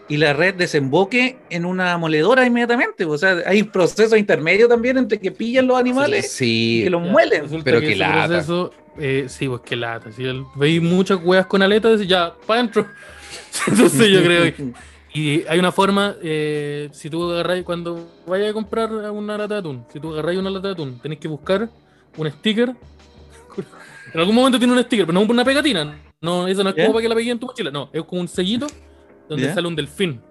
y la red desemboque en una moledora inmediatamente. O sea, hay un proceso intermedio también entre que pillan los animales y Sí, que los Ya, muelen. resulta pero que ese lata. proceso, eh, sí, pues que lata. Si el- veis muchas weas con aletas, decís, ya, para adentro. Entonces yo creo que. Y hay una forma, eh, si tú agarráis, cuando vayas a comprar una lata de atún, si tú agarráis una lata de atún, tenéis que buscar un sticker. En algún momento tiene un sticker, pero no una pegatina. No, eso no es ¿Ya? como para que la pegues en tu mochila, no, es como un sellito donde ¿Ya? Ah, sale un delfín.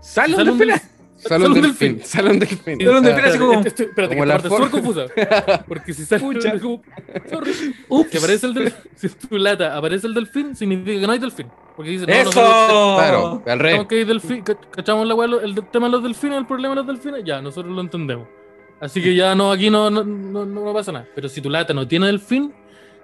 Salen Sale de un- fila. salón Sale un delfín. delfín. Salón delfín. Sale un delfín. Espérate, así como- este- este- espérate, como que la esta parte es forma. súper confusa. Porque si sale Pucha. es como- sorry. Ups. Si aparece el delfín, si tu lata aparece el delfín, significa que no hay delfín. Porque dicen, no, nosotros ¡Eso! Eh. Claro, al revés. cachamos que hay delfín, cach- cachamos la weá, lo- el de- tema de los delfines, el problema de los delfines, ya, nosotros lo entendemos. Así que ya no, aquí no, no, no, no pasa nada. Pero si tu lata no tiene delfín,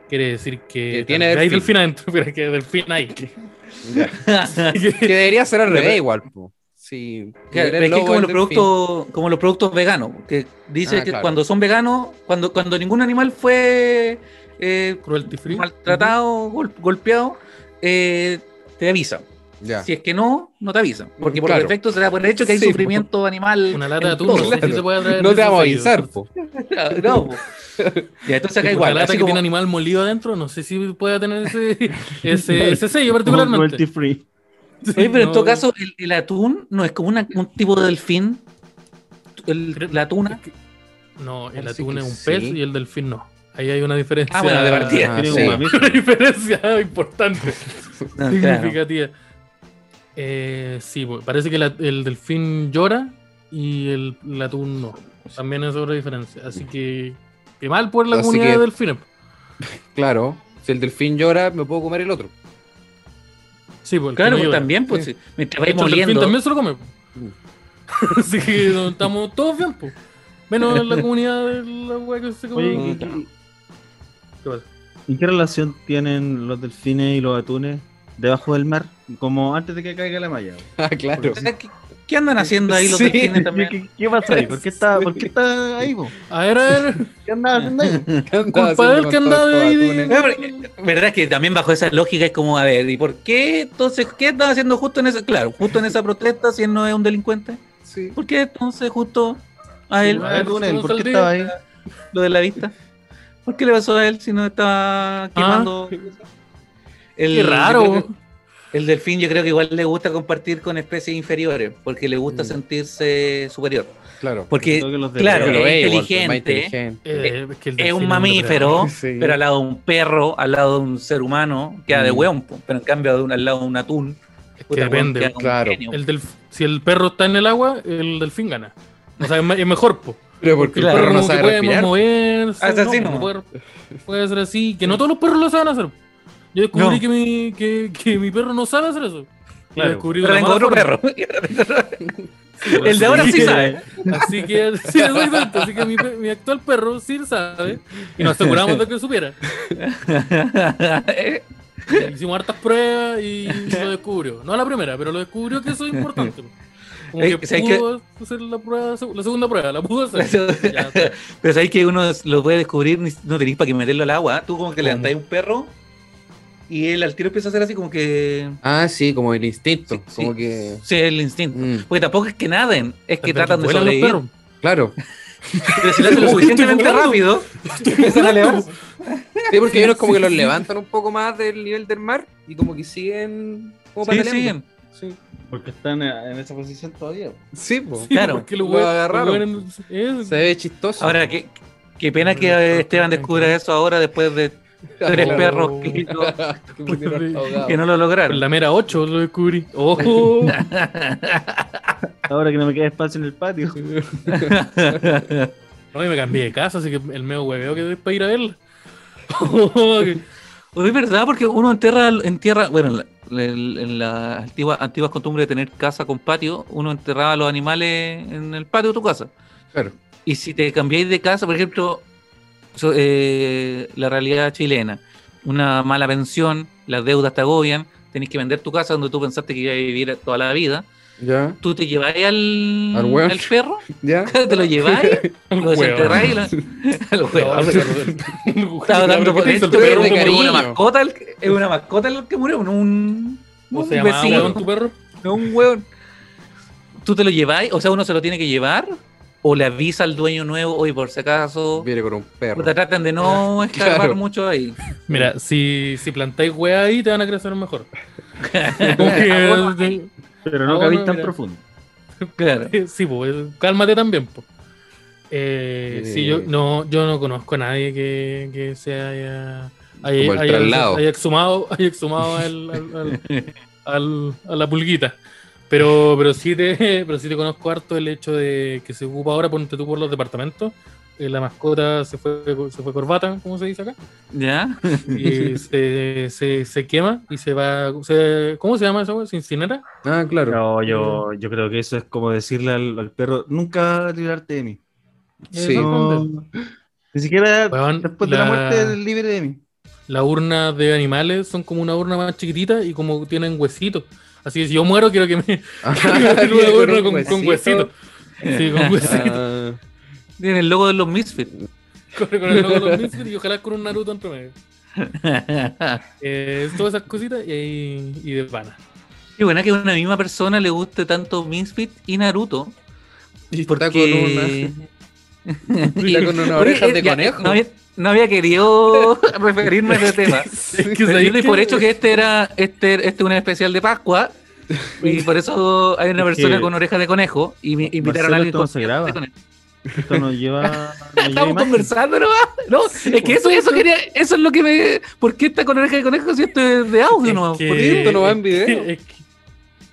quiere decir que, Que tiene tal- hay delfín. delfín adentro, pero que delfín hay. Que debería ser al Pero- revés igual. po. Sí. Claro, pero Era es el que logo como del los, delfín. productos, como los productos veganos, que dice Ah, que claro. cuando son veganos, cuando, cuando ningún animal fue eh, Cruelty free. maltratado, gol- golpeado, eh, te avisan. Ya. Si es que no, no te avisan. Porque por Claro. defecto se da por hecho que hay Sí, sufrimiento animal. Una lata en de atún, todo. no sé si se puede traer No te eso vamos a seguido. avisar, po. No, po. Ya, entonces acá Una igual. lata así que como- tiene animal molido adentro, no sé si pueda tener ese, ese, ese sello Como particularmente. Cruelty free. Oye, pero en No, todo caso, el, el atún no es como una- un tipo de delfín. El- la tuna. No, el Parece atún que es un sí. pez y el delfín no. Ahí hay una diferencia. Ah, bueno, de partida. Ah, Tiene sí. un mamífero. Una diferencia importante, No, claro. significativa. Eh, sí, pues, parece que la- el delfín llora y el, el atún no. También es otra diferencia. Así que, qué mal por la Así comunidad que- de delfines. Claro. Si el delfín llora, me puedo comer el otro. Sí, pues, el que Claro, no pues llora. también, pues, sí. mientras De vais hecho, el delfín moliendo. también se lo come. Así que no, estamos todos bien, pues. Menos la comunidad de la wea que se come. Oye, Mm, ¿y- claro. y- ¿Qué pasa? ¿y qué relación tienen los delfines y los atunes debajo del mar? Como antes de que caiga la malla. Ah, claro. O sea, ¿Qué, qué andan haciendo ahí los Sí. delfines ¿Qué, también? qué, qué pasa ahí? ¿Por qué está, por qué está ahí, vos? A ver, a ver. ¿Qué andaba haciendo ahí? ¿Qué andaba Culpa haciendo del con que todos andaba estos ahí. atunes? de- No, pero, ¿Verdad que también bajo esa lógica es como, a ver, ¿y por qué entonces qué están haciendo justo en esa, claro, justo en esa protesta si él no es un delincuente? Sí. ¿Por qué entonces justo a él Ah, ¿cómo ¿Por qué saldría? estaba ahí? lo de la vista? ¿Por qué le pasó a él si no estaba quemando? El, Qué yo raro. creo que- El delfín yo creo que igual le gusta compartir con especies inferiores, porque le gusta Mm. sentirse superior. Claro. Creo Porque que los delfines- claro, Porque lo es ve igual, pero es más inteligente, inteligente. Eh, es que el es delfín un depredador. mamífero, Sí. pero al lado de un perro, al lado de un ser humano, queda de Mm. hueón, po. pero en cambio de un, al lado de un atún, Es que puta, hueón, depende. queda un claro. genio. El delf- si el perro está en el agua, el delfín gana. O sea, es me- es mejor, po. Pero porque El Claro, perro el perro no como que sabe puede respirar. moverse. Ah, es así no, nomás. puede, puede ser así. Que no todos los perros lo saben hacer. Yo descubrí No. que, mi, que, que mi perro no sabe hacer eso. Y Claro. descubrí Pero una tengo mala otro forma. perro. pues el de ahora sí sabe. Así que, sí, exactamente. Así que mi, pe- mi actual perro sí sabe. Y nos aseguramos de que supiera. Hicimos hartas pruebas y lo descubrió. No la primera, pero lo descubrió que eso es importante. Como Eh, que ¿sabes qué? pudo hacer la prueba, la segunda prueba, la pudo hacer. Ya está. Pero sabéis que uno lo puede descubrir, ni- no tenéis para que meterlo al agua. ¿eh? Tú como que levantáis un perro y él al tiro empieza a hacer así como que. Ah, sí, como el instinto. Sí, como sí. que. Sí, el instinto. Mm, Porque tampoco es que naden, es que Hasta tratan de vuelan los sobrevivir. perros. claro. Pero si lo hacen lo Uy, estoy suficientemente volando. rápido, Empiezan a levantar. Sí, porque hay unos como que los levantan un poco más del nivel del mar y como que siguen. Como sí, pataleando. siguen. Sí. Porque están en esa posición todavía. Sí, pues. Claro. Porque los Lo weones- agarraron. los weones- Se ve chistoso. Ahora, qué, qué pena que eh, Esteban descubra eso ahora después de tres Oh. perros que no, Ah, Que murieron ahogados. que no lo Con lograron. la mera 8 lo descubrí. ¡Oh! Ahora que no me queda espacio en el patio. No, y me cambié de casa, así que el medio hueveo que doy para ir a verla. Oye, Es verdad, porque uno entierra, entierra bueno, en la- en en las antiguas, antiguas costumbres de tener casa con patio, uno enterraba a los animales en el patio de tu casa. Claro. Y si te cambiáis de casa, por ejemplo, so- eh, la realidad chilena, una mala pensión, las deudas te agobian, tenés que vender tu casa donde tú pensaste que ibas a vivir toda la vida, Ya, tú te lleváis al, Al hueón. al perro, ya. te lo lleváis, El lo desenterráis y lo- al hueón. Estaba dando por esto, perro pero de como cariño. una mascota, el que- es una mascota el que murió, no un, no ¿Cómo un se llamaba vecino, huevón tu perro? no un hueón. Tú te lo lleváis, o sea, uno se lo tiene que llevar, o le avisa al dueño nuevo, oye, por si acaso, Viene con un perro. te tratan de no escarbar Claro. mucho ahí. Eh. Mira, si, si plantáis hueá ahí, te van a crecer mejor. Como Ahora, que- Pero no Ah, cabís bueno, tan mira. profundo. claro. sí, pues, cálmate también, pues. Eh, Eh. sí, yo no, yo no conozco a nadie que, que se haya, haya, Como el haya- traslado. haya exhumado, haya exhumado al- al- al- al- a la pulguita. Pero, pero sí te, pero sí te conozco harto el hecho de que se ocupa ahora, ponte tú por los departamentos. eh, la mascota se fue, se fue corbata, como se dice acá. ¿Ya? Y se, se, se quema y se va. se- ¿Cómo se llama eso? ¿Se incinera? Ah, claro. No, yo, yo creo que eso es como decirle al, al perro, nunca librarte de mí. Sí. No, ni siquiera Weón, después de la la- muerte eres libre de mí. las urnas de animales son como una urna más chiquitita y como tienen huesitos. Así que si yo muero, quiero que me quiero Ah. Ajá, tener una viene urna con, un con huesitos. Sí, con huesitos. Ah, Tiene el logo de los Misfits. con, con el logo de los Misfits y ojalá con un Naruto entre medio. Eh, todas esas cositas y, ahí- y de pana. Qué buena que a una misma persona le guste tanto Misfits y Naruto. y Porque... está con una. Está con una Porque oreja de eh, ya, conejo. No había, no había querido referirme a ese tema. que Pero sabéis yo leí que- por hecho que este era este, este un especial de Pascua y por eso hay una Es que- persona con orejas de conejo y me invitaron Marcelo, a alguien esto con no se graba. orejas de conejo. Esto nos lleva. nos lleva Estamos imagen. conversando, ¿no? No, es que eso, eso quería, eso es lo que me. ¿Por qué está con orejas de conejo si esto es de audio, no? Es que- ¿Por qué esto no va en es que- video? es que-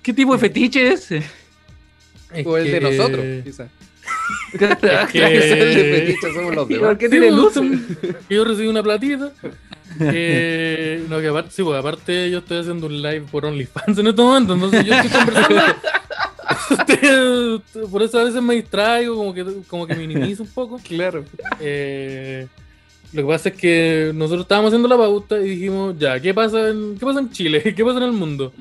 ¿Qué tipo de fetiche es ese? es O el de que- nosotros, quizás. que- Claro, El de fetiche somos los ¿Y demás. por qué Sí, tiene pues, luces? son- Yo recibí una platita. Eh, no, que aparte, sí, pues, aparte yo estoy haciendo un live por OnlyFans en este momento, entonces yo estoy conversando. Ustedes- por eso a veces me distraigo, como que, como que minimizo un poco. Claro. Eh, lo que pasa es que nosotros estábamos haciendo la pauta y dijimos, ya, ¿qué pasa en, qué pasa en Chile? ¿Qué pasa en el mundo?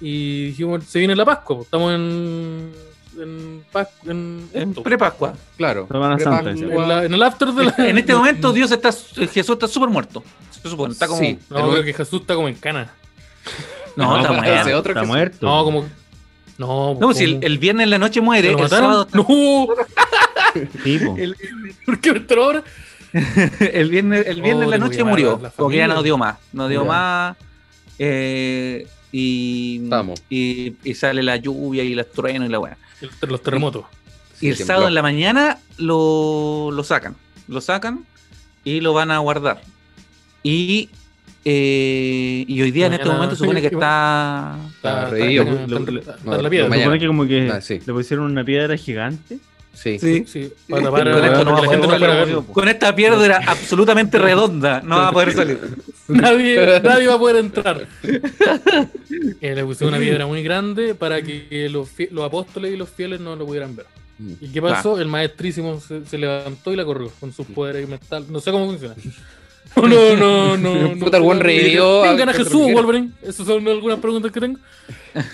Y dijimos, se viene la Pascua, pues, estamos en, en, Pascua- en En esto, Pre-Pascua. Claro. Semana Santa, en, sí. Prepagua- la- en el after de la... En este momento, Dios está. Jesús está súper muerto. Se supone. Está como. Sí. No, creo que Jesús está como en cana. No, está parece muerto. otro Está que- muerto. No, como. No, No, pues, como- si el, el viernes en la noche muere, ¿Lo el mataron? sábado, No, Tipo. el, ¿por qué me entró ahora? el viernes, Oh, el viernes en la tengo que noche llamar a murió. la Porque ya familia. no dio más. No dio Ya. más. eh, y, Estamos. y, y sale la lluvia y los truenos y la buena. El- Los terremotos. y el tembló. sábado en la mañana lo, lo sacan. Lo sacan y lo van a guardar. Y, eh, y hoy día en este Mañana- momento supone que está. Está Está- reído. está- Lo- está- lo- está- no, está la Se piedra. mañana. supone que como que Ah, sí. le pusieron una piedra gigante. Sí. Sí. Sí, para tapar para que Con esto no la vamos a gente no poder pueda verlo. verlo. Con esta pierna era absolutamente redonda. No va a poder salir. Nadie, nadie va a poder entrar. Eh, le puse una piedra muy grande para que los, fie- los apóstoles y los fieles no lo pudieran ver. Mm. ¿Y qué pasó? El maestrísimo se, se levantó y la corrió con sus poderes mentales. No sé cómo funciona. No, no, no. no, no Puta, el buen revivió a- ¿Quién gana contra Jesús o Miguel? Wolverine? Esas son algunas preguntas que tengo.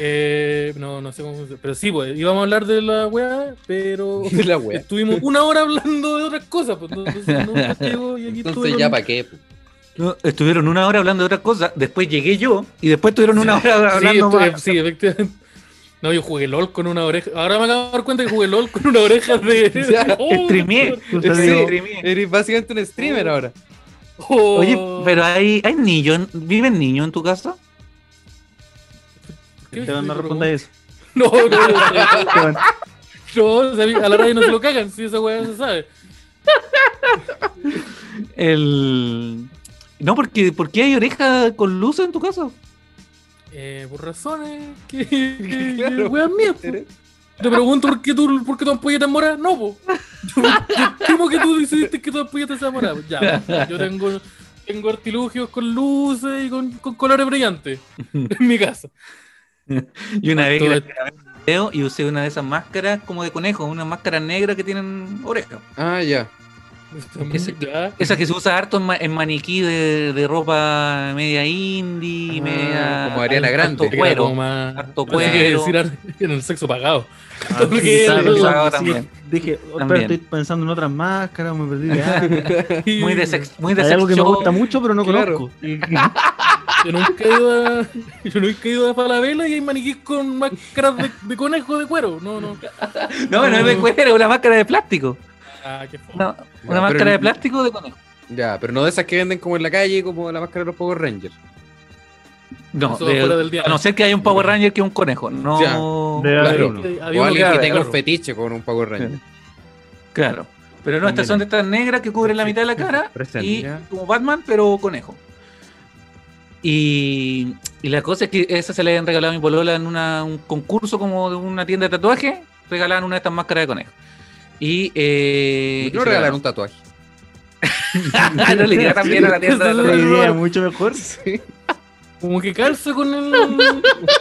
Eh, no, no sé cómo funciona. Pero sí, pues, íbamos a hablar de la weá, pero De la wea. estuvimos una hora hablando de otras cosas. Pues, entonces, no, no llegó y aquí Entonces estuve ya con- para qué. No, estuvieron una hora hablando de otras cosas, después llegué yo y después estuvieron una hora Sí, hablando estu- eh, más. sí, efectivamente. No, yo jugué LOL con una oreja. Ahora me acabo de dar cuenta que jugué LOL con una oreja de. Ya, Streameé. Tú Sí. sabes, digo, Streameé. Eres básicamente un streamer ahora. Oh. Oye, pero hay, hay niños, ¿viven niños en tu casa? ¿Qué Esteban, no pregunta? responda eso. No, no, no. No, o sea, a la radio no se lo cagan, si esa weá se sabe. El... No, porque ¿por qué hay oreja con luz en tu casa? Eh, por razones que, Eh, que que weas mías. po. Te pregunto por qué tú, por qué tu ampolleta es morada. No, po. Yo estimo que tú decidiste que tu ampolleta sea morada. Ya, po. yo tengo, tengo artilugios con luces y con, con colores brillantes en mi casa. Y una vez que la Todo- grabé un video y usé una de esas máscaras como de conejo, una máscara negra que tienen oreja. Ah, ya. Ese- este, Ya. Esa que se usa harto en, ma- en maniquí de, de ropa media indie, Ah, media. como Ariana Grande. Te Harto queda cuero. como más- harto pensé que cuero. decir ar- en el sexo pagado. Ah, Porque sí, el- sí, usaba sí, también. Dije, oh, También. espera, estoy pensando en otras máscaras, me perdí de algo. Muy de sex, muy de Hay sex algo que me shop. gusta mucho, pero no Claro. conozco. Yo nunca he ido a, yo nunca he ido a Falabella y hay maniquís con máscaras de, de conejo de cuero. No, no. No, no es de cuero, es una máscara de plástico. Ah, qué fome. Una, una pero máscara no- de plástico de conejo. Ya, pero no de esas que venden como en la calle, como la máscara de los Power Rangers. No, Eso de- fuera del día. a no ser que haya un Power Ranger que es un conejo. No, De- Claro. uno. este, Había o uno alguien que era tenga un perro. fetiche con un Power Ranger. claro. Pero no, estas son de estas negras que cubren la mitad de la cara Presente. y eh, Ya. como Batman, pero conejo. Y, y la cosa es que esa se le habían regalado a mi polola en una- un concurso como de una tienda de tatuaje, regalaban una de estas máscaras de conejo. Y, eh, ¿Por y qué no se regalar un tatuaje? la- no le iría tan bien a la tienda de Otra tatuaje. idea mucho mejor. Como que calza con el. mucho más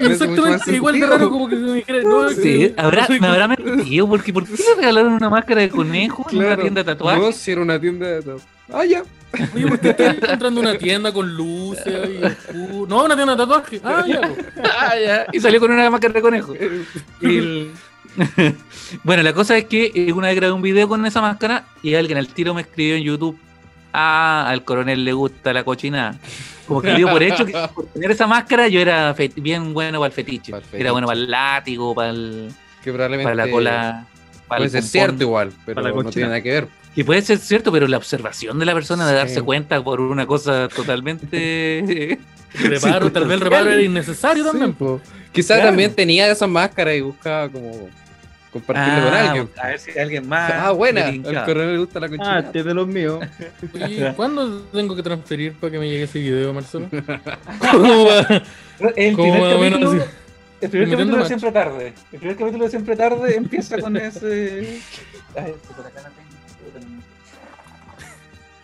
Exactamente, igual de sentido. raro como que se me dijera. No, es Sí, que- habrá, no soy- me habrá mentido, porque ¿por qué le regalaron una máscara de conejo en una Claro. tienda de tatuaje? No, si era una tienda de tatuajes. Ah, ya. Oye, ¿por qué estoy entrando en una tienda con luces y oscuro? No, una tienda de tatuaje. Ah, ya. po. Ah, ya. Y salió con una máscara de conejo. El- bueno, la cosa es que eh, una vez grabé un video con esa máscara y alguien al tiro me escribió en YouTube. Ah, al coronel le gusta la cochinada. Como que dio por hecho que por tener esa máscara yo era fe- bien bueno para el fetiche. Para el Era fetiche. bueno para el látigo, para, el- Que probablemente. para la cola. para Puede el ser pompón. cierto igual, pero Para la no cochina. tiene nada que ver. Y puede ser cierto, pero la observación de la persona de Sí. darse cuenta por una cosa totalmente. Reparo, tal vez el reparo era innecesario también. po. Quizás Claro. también tenía esas máscaras y buscaba como compartirlo con Ah, alguien. A ver si alguien más. Ah, buena. Al brincaba. coronel le gusta la Ah, cochina. este es de los míos. pues. Oye, ¿cuándo tengo que transferir para que me llegue ese video, Marcelo? ¿Cómo va? El Como primer más o menos capítulo, así. el Metiendo primer capítulo de macho. siempre tarde. El primer capítulo de siempre tarde empieza con ese. Ay, es que por acá la tengo.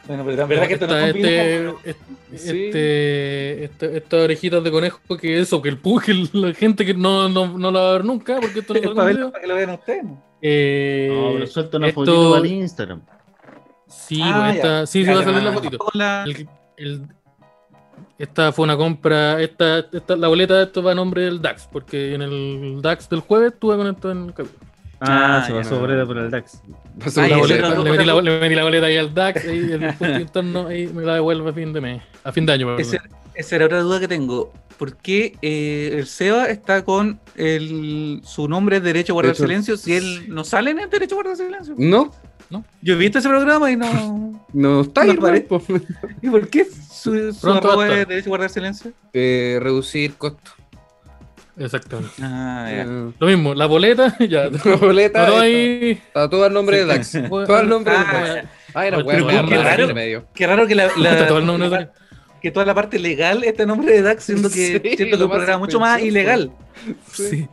Bueno, pero la verdad que esto no Esta- es un este, video, este- Sí. este- esta- estas orejitas de conejo que eso, que el pug, que la gente que no, no, no la va a ver nunca, porque esto no lo pero es para, verlo, video. para que lo vean ustedes. ¿no? Eh, No, pero suelta una esto- fotito al Instagram. sí, Ah, pues, esta- sí, sí, Ya, va a salir ya. la fotito. Hola. El- el- esta fue una compra, esta, esta, la boleta de esto va a nombre del DAX, porque en el DAX del jueves estuve con esto en el capítulo. Ah, Ah, se ya. va sobre por el DAX. Pasó Ay, La una boleta, sí, no, boleta. le, no, metí la, no. le metí la boleta ahí al DAX y el punto interno ahí me la devuelve a fin de mes. A fin de año, perdón. Ese- Esa era otra duda que tengo. ¿Por qué eh, el Seba está con el, su nombre es Derecho a Guardar Derecho- Silencio si él no sale en el Derecho a Guardar Silencio? No, Yo he visto ese programa y no. no está ahí, No hermano, aparece. po. ¿Y por qué su, su Pronto arroba va a estar. es Derecho a Guardar Silencio? Eh, reducir costo. Exactamente. Ah, ya. Eh, Lo mismo, la boleta, ya. La boleta. Pero está- ahí. Está todo el nombre de Dax. Todo el nombre de Dax. Ah, Ah, era Pero weá, qué weá, raro. raro en medio. Qué raro que la, la- Está todo el nombre de- que toda la parte legal está en nombre de Dax, siendo que, Sí, siendo que lo un más programa mucho más sospechoso. ilegal. Sí.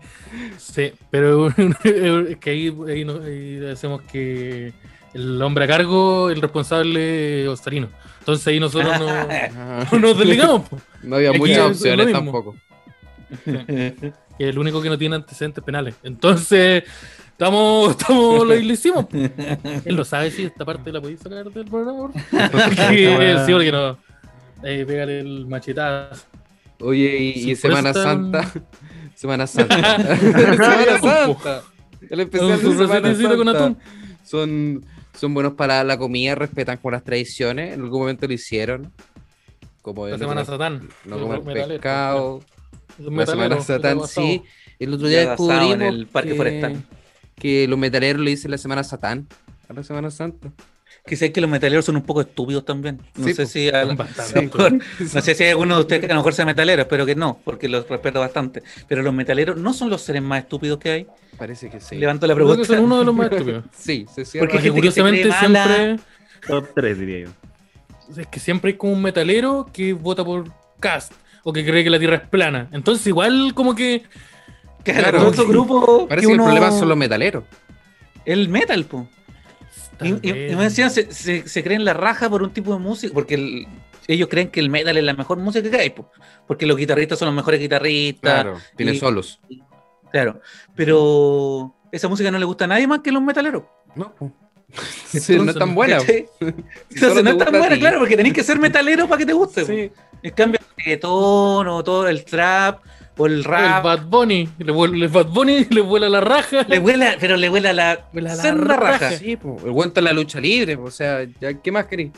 Sí, pero es que ahí, ahí, no- ahí hacemos que el hombre a cargo, el responsable, es Ostarino. Entonces ahí nosotros no, Ajá. no nos desligamos. po. Ah, No había Aquí es muchas lo opciones mismo. tampoco. Y el único que no tiene antecedentes penales. Entonces, estamos, estamos lo, lo hicimos. po. Él lo sabe, sí, esta parte la podéis sacar del programa. por favor? Porque, sí, porque no. Eh, pégale el machetazo. Oye, y, y Sí, por eso Semana están- Santa. Semana Santa. Semana Santa. El especial de Su Semana recetecito con Santa. atún. Son, son buenos para la comida, respetan como las tradiciones. En algún momento lo hicieron. Como La el semana no, satán. no El comer metalero. pescado. El La Semana metalero, Satán, el sí. El otro Ya día asado descubrimos en el parque que, forestal. que los metaleros le dicen la Semana Satán a la Semana Santa. Quizás que los metaleros son un poco estúpidos también. No Sí, sé pues, si a- bastante a lo mejor- no sé si hay alguno de ustedes que a lo mejor sea metalero, espero que no, porque los respeto bastante. Pero los metaleros no son los seres más estúpidos que hay. Parece que sí. Levanto la Creo pregunta. que son uno de los más estúpidos. Sí, se cierra. Porque Porque hay gente que se cree curiosamente siempre. mala. Top 3, diría yo. Es que siempre hay como un metalero que vota por Cast o que cree que la tierra es plana. Entonces, igual, como que. Claro, Claro. otro grupo. Parece que uno- el problema son los metaleros. El metal, po. Y, tal y- vez, y me decían, se, se, se creen la raja por un tipo de música, porque el- ellos creen que el metal es la mejor música que hay, po, porque los guitarristas son los mejores guitarristas, claro. Claro, tiene y- solos. pero esa música no le gusta a nadie más que los metaleros. No, Sí, no es tan buena. ¿cachai? solo Entonces no te es tan gusta a buena, ti. claro, porque tenés que ser metalero para que te guste. po. Sí. En cambio, el reggaetón o todo el trap o el El rap, Bad Bunny. Le vuel- el Bad Bunny le vuela la raja. le vuela, pero le vuela la, Vuela la senda raja. raja. Sí, po, el guante en la lucha libre, po, o sea, ya, ¿qué más querés?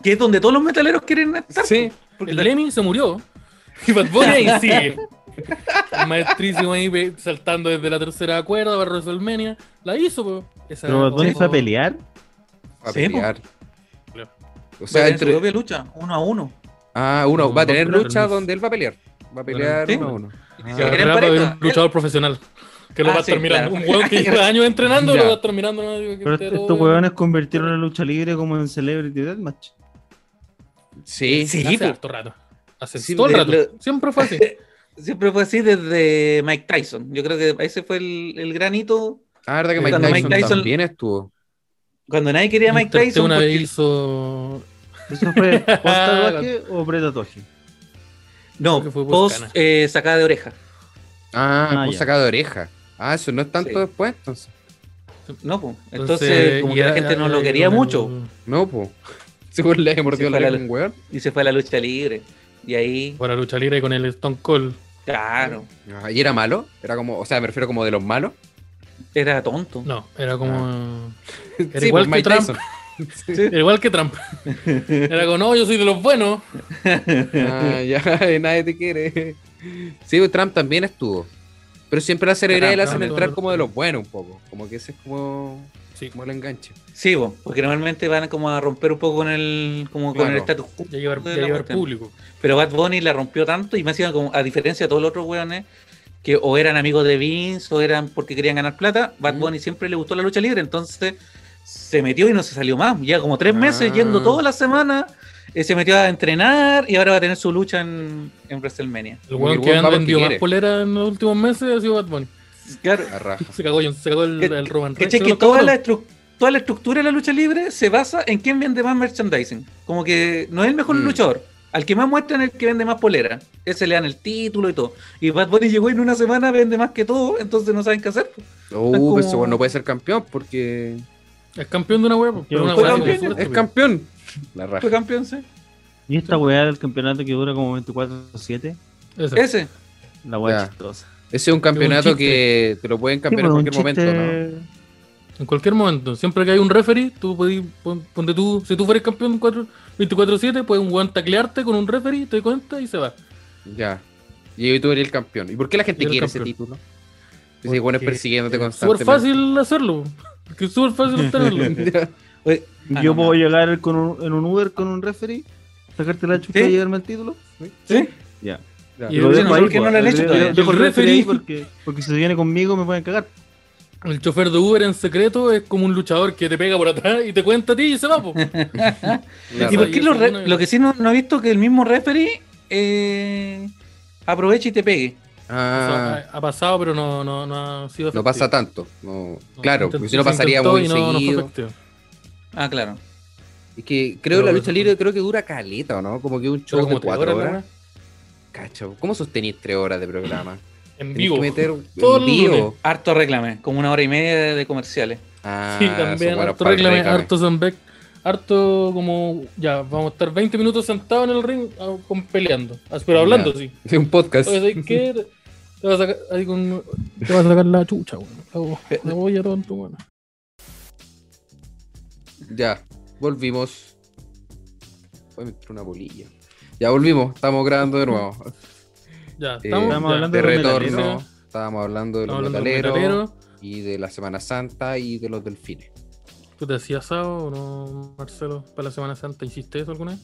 que es donde todos los metaleros quieren estar. Sí, El Lemmy se murió. Y Bad Bunny ahí sigue. Maestrísimo ahí ve- saltando desde la tercera cuerda para WrestleMania. La hizo, po. Esa- Pero Bad Bunny o- fue a pelear. a Sí, po. pelear. Claro. O Va a sea, tener su entre- propia lucha, uno a uno. ah, uno No, va a no, tener claro, lucha no. donde él va a pelear. Va a pelear Sí. uno a uno. Ah, que eran era para pareja. un luchador profesional. Que lo Ah, va a sí, estar mirando. claro. Un hueón que lleva años entrenando Ya. lo va a estar mirando. ¿no? Digo, que Pero esté estos todo- huevones convirtieron la lucha libre como en Celebrity Deathmatch. Sí, Sí, Hace po. harto rato. Hace Sí, todo el le- rato. le- Siempre fue así. pues, Siempre fue así desde Mike Tyson. Yo creo que ese fue el, el gran hito. Ah, verdad que Sí, Mike cuando Tyson, Mike Tyson- también estuvo. Cuando nadie quería a Mike Intenté Tyson. una porque- vez hizo. ¿Eso fue post-tatuaje o pre-tatuaje? No, Creo que fue post Buscana. eh, sacada de oreja. Ah, Ah, fue ya. sacado de oreja. Ah, eso no es tanto Sí. después, entonces. No, pues. Entonces, como que la gente no lo quería mucho No, pues. Seguro le mordió Sí, la fue la lengua, un weón. y se fue a la lucha libre. Y ahí, Para lucha libre con el Stone Cold. claro, Ah, ¿Y era malo? Era como, o sea, me refiero como de los malos. era tonto. No, era como. Era Ah. Sí, igual pues, que Mike Trump. Tyson. Era igual que Trump. Era como, no, yo soy de los buenos. Ah, ya, y nadie te quiere. Sí, pues, Trump también estuvo. Pero siempre la celebridad Trump la hacen también. entrar como de los buenos un poco. Como que ese es como, Sí, como el enganche. Sí, po, porque normalmente van como a romper un poco con el, como con Claro. el status quo. ya llevar, de ya la llevar cuestión. público. Pero Bad Bunny la rompió tanto y me hacían como, a diferencia de todos los otros weones, que o eran amigos de Vince o eran porque querían ganar plata, Bad Mm. Bunny siempre le gustó la lucha libre, entonces se metió y no se salió más. Ya como tres Ah. meses yendo todas las semanas, eh, se metió a entrenar y ahora va a tener su lucha en, en WrestleMania. El Y weón el que weón va han vendido porque más quiere. polera en los últimos meses ha sido Bad Bunny. Claro. La raja. Se cagó, John- se cagó el, Que- el Roman Reigns. ¿Cachai? se Que lo toda cagó. la, estru- toda la estructura de la lucha libre se basa en quién vende más merchandising. Como que no es el mejor Mm. luchador. Al que más muestran es el que vende más polera. Ese le dan el título y todo. Y Bad Bunny llegó y en una semana, vende más que todo, entonces no saben qué hacer. pues, Uh, Es pero ese como- weón no puede ser campeón porque Es campeón de una wea, pero una Fue wea campeón, súper es estúpida. campeón. La raja. Fue campeón, sí. Y esta weá del campeonato que dura como 24-7, Esa. Ese. la weá Ya. chistosa. pues, Ese es un campeonato chiste. que te lo pueden cambiar en cualquier momento, ¿no? En cualquier momento, siempre que hay un referee, tú podés, pon- ponte tú, si tú fueres campeón 4 24-7, puede un weón taclearte con un referee, te cuenta y se va. Ya. Y hoy tú eres el campeón. ¿Y por qué la gente Yo era el quiere ese campeón. título? Dice, bueno, es Porque persiguiéndote Súper constantemente. fácil hacerlo, que es súper fácil tenerlo. Ya. Oye, ah, Yo no, puedo no. llegar con un- en un Uber con un referee, sacarte la chupa ¿Sí? y llevarme el título. ¿Sí? Ya. Ya. Y Lo el- dejo no sé ahí, por qué po. no lo han hecho Dejo- todavía. dejo el El referee ahí referee. porque, porque si viene conmigo me pueden cagar. El chofer de Uber en secreto es como un luchador que te pega por atrás y te cuenta a ti y se va. po. Ah. Ya, ¿Y Claro. por qué lo, re- lo que sí no, no he visto que el mismo referee eh, aproveche y te pegue? Ah, Eso ha, ha pasado, pero no, no, no ha sido no efectivo. pasa tanto. No. Claro, intent- porque si no se pasaría intentó muy y no- no fue seguido. efectivo. Ah, claro. Es que creo que la Pero lucha eso- libre creo que dura caleta, ¿o no? Como que un show Como de te cuatro ahora, horas. ¿no? Cacha, ¿cómo sostenís tres horas de programa? En Tenés vivo. que meter Todo el en vivo. lunes. Harto reclame, como una hora y media de- de comerciales. Ah, Sí, también, son buenos harto pa'l reclame, reclame. harto Sunbeck, harto como, ya, vamos a estar 20 minutos sentados en el ring ah, con- peleando, ah, pero hablando, sí. Sí, un podcast. Oye, ¿sabes qué? Te vas a sacar, ahí con- te vas a sacar la chucha, weón. La bo- Eh, La boya tonto, weón. Ya, volvimos. Voy a meter una bolilla. Ya volvimos, estamos grabando de nuevo. Ya, Eh, estamos, Estamos ya. hablando de de los retorno. metaleros. Estábamos hablando de los Estamos hablando de los metaleros metaleros. y de la Semana Santa y de los delfines. ¿Tú te hacías asado o no, Marcelo? ¿Para la Semana Santa hiciste eso alguna vez?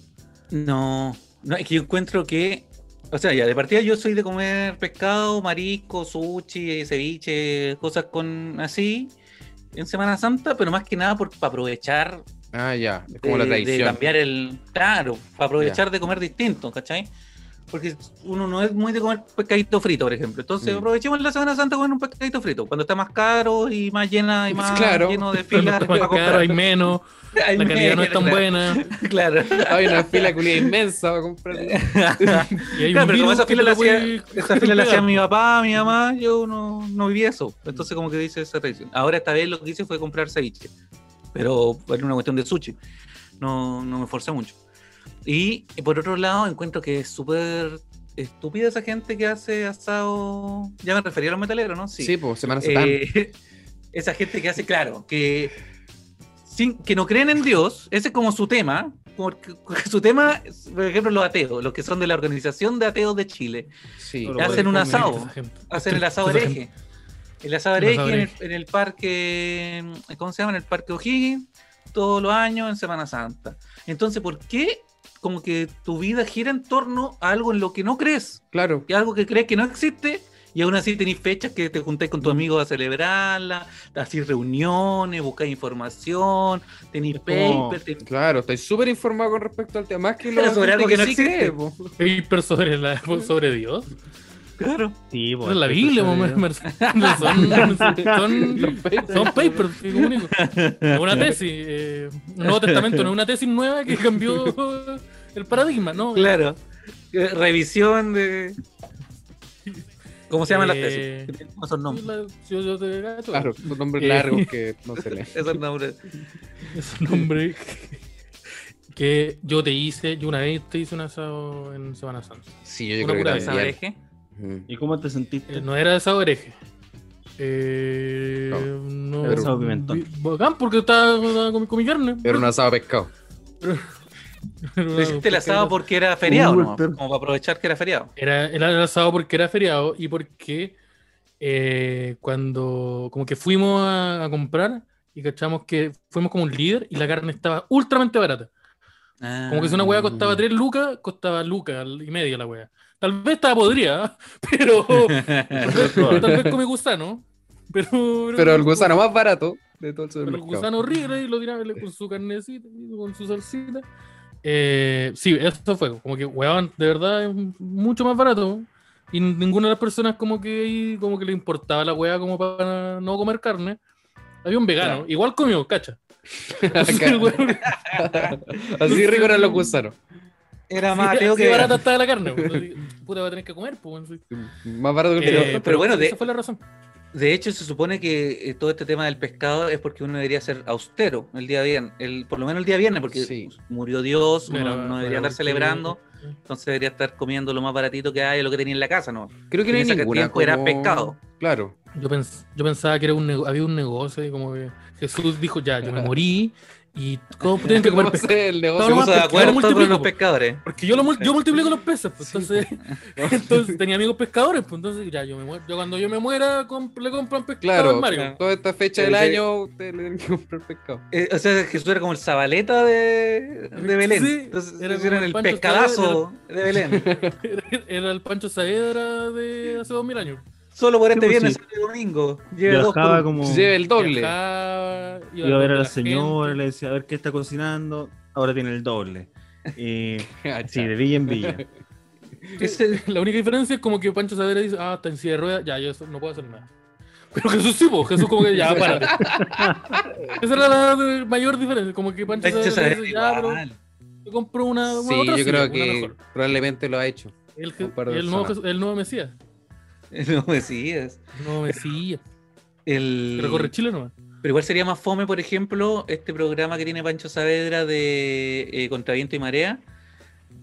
No, no, es que yo encuentro que. O sea, ya de partida yo soy de comer pescado, marisco, sushi, ceviche, cosas con así en Semana Santa, pero más que nada por, para aprovechar Ah, ya. Es de, como la de tradición. cambiar el. Claro, para aprovechar de comer distinto, ¿cachai? Porque uno no es muy de comer pescadito frito, por ejemplo. Entonces Mm. aprovechemos la Semana Santa con un pescadito frito. Cuando está más caro y más llena y Pues más claro. lleno de Pero no filas está más para caro, hay comprar. menos, Hay la calidad no es tan mierda. buena. Claro. Hay una fila culia inmensa para comprar. Y hay Claro, un pero como virus esa que fila, te la lo hacía, puede esa fila la pegar. hacía mi papá, mi mamá, yo no, no viví eso. Entonces como que dice esa tradición. Ahora esta vez lo que hice fue comprar ceviche, pero era una cuestión de sushi. No, no me forcé mucho. Y eh, por otro lado encuentro que es súper estúpida esa gente que hace asado... Ya me refería a los metaleros, ¿no? Sí, pues, Semana Santa. Eh, esa gente que hace, claro, que, sin, que no creen en Dios, ese es como su tema. Porque, su tema, es, por ejemplo, los ateos, los que son de la Organización de Ateos de Chile, sí. No Hacen lo puede un comer asado. esa gente. hacen el Esa asado gente- hereje. El asado El hereje asado en el, hereje. en el parque, mm, ¿cómo se llama? En el parque O'Higgins, todos los años en Semana Santa. Entonces, ¿por qué como que tu vida gira en torno a algo en lo que no crees? Claro. que algo que crees que no existe y aún así tenéis fechas que te juntáis con tus amigos a celebrarla, hacís reuniones, buscáis información, tenéis Es como- papers, tenéis Claro, estoy súper informado con respecto al tema. Más que pues. lo Pero sobre gente algo que no sí existe, cree, po. Papers sobre, la, sobre Dios. claro. Sí, pues, Esa es la Biblia, pues, pues, mamá, Marcelo. Son, son, son papers, sí, como único. Es una tesis. eh, un Nuevo Testamento, no es una tesis nueva que cambió el paradigma, ¿no? Claro. Eh, Revisión de. ¿Cómo se llaman las Eh, tesis? ¿Cómo son nombres? La- yo, yo te gacho. Claro, son nombres Eh. largos que no se leen. Esos nombres. Es un hombre que yo te hice, yo una vez te hice un asado en Semana Santa. Sí, yo, yo Una creo que pura ¿Las también. orejas? Ujú. ¿Y cómo te sentiste? Eh, no era asado hereje. Eh, No, no, era asado pimentón. vi- Bacán, porque estaba, estaba con, mi- con mi carne. Era un asado de pescado. Era Lo una- hiciste el asado porque era feriado, ¿no? Como para aprovechar que era feriado. Era, era el asado porque era feriado y porque eh, cuando como que fuimos a, a comprar y cachamos que fuimos como un líder y la carne estaba ultramente barata. Como que si una hueá costaba 3 lucas, costaba lucas y media la hueá. Tal vez estaba podría, pero tal vez come gusano. Pero, Pero el gusano más barato de todo pero el el supermercado. gusano horrible y lo tiraba con su carnecita, y con su salsita. Eh, sí, eso fue. Como que, weón, de verdad es mucho más barato. Y ninguna de las personas como que ahí como que le importaba la weá como para no comer carne. Había un vegano, Claro. igual comió, cacha. Entonces, el Acá. weón- Así rico eran los gusanos. Era más ateo así que. barata estaba la carne. weón. Así, Puta, va a tener que comer, pues. weón, sí. Más barato que el Eh, pescado. pero bueno, de- esa fue la razón. De hecho, se supone que eh, todo este tema del pescado es porque uno debería ser austero el día viernes, el, por lo menos el día viernes, porque Sí. murió Dios, uno Era- no era debería andar porque- celebrando, entonces debería estar comiendo lo más baratito que hay, lo que tenía en la casa, ¿no? Creo que no en hay ese ninguna. tiempo era como- pescado. Claro. Yo, pens- yo pensaba que era un nego- había un negocio y como que Jesús dijo, ya, yo me morí y todos tienen que comer No pescado. sé, el Todo Se lo negocio. más puso de pescado acuerdo multiplico, con los po. pescadores. Porque yo, lo mul- yo multiplico los pesos, pues, entonces, entonces tenía amigos pescadores, pues entonces ya, yo me muero. Yo cuando yo me muera comp- le compran pescado al Claro, Mario. toda esta fecha del Pero que- año ustedes le tienen que comprar pescado. Eh, o sea, Jesús era como el zabaleta de, de Belén. Sí, entonces, era era como el el Pancho pescadazo de Belén. Era el Pancho Saavedra de hace dos mil años. Solo por este Sí, pues, viernes, sí. sábado y domingo. Lleve dos pues, Viajaba por uno. como. Lleva el doble. Viajaba, iba Iba a ver donde a la señora, gente. le decía, a ver qué está cocinando. Ahora tiene el doble. Eh, Cacha. sí, de villa en villa. Ese- La única diferencia es como que Pancho Saavedra dice, ah, está en silla de ruedas, ya, yo eso- no puedo hacer nada. Pero Jesús sí, po, Jesús como que ya, párate. Esa era la de- mayor diferencia, como que Pancho Pancho Saavedra Saavedra dice, ya, pero igual. yo compro una, una Sí, otra yo silla, creo una que mejor. probablemente lo ha hecho. El, Un par de el nuevo, personas. Jesús- el nuevo Mesías. No me sigas. El nuevo Mesías. El... Que recorre Chile nomás. Pero igual sería más fome, por ejemplo, este programa que tiene Pancho Saavedra de eh, Contraviento y Marea,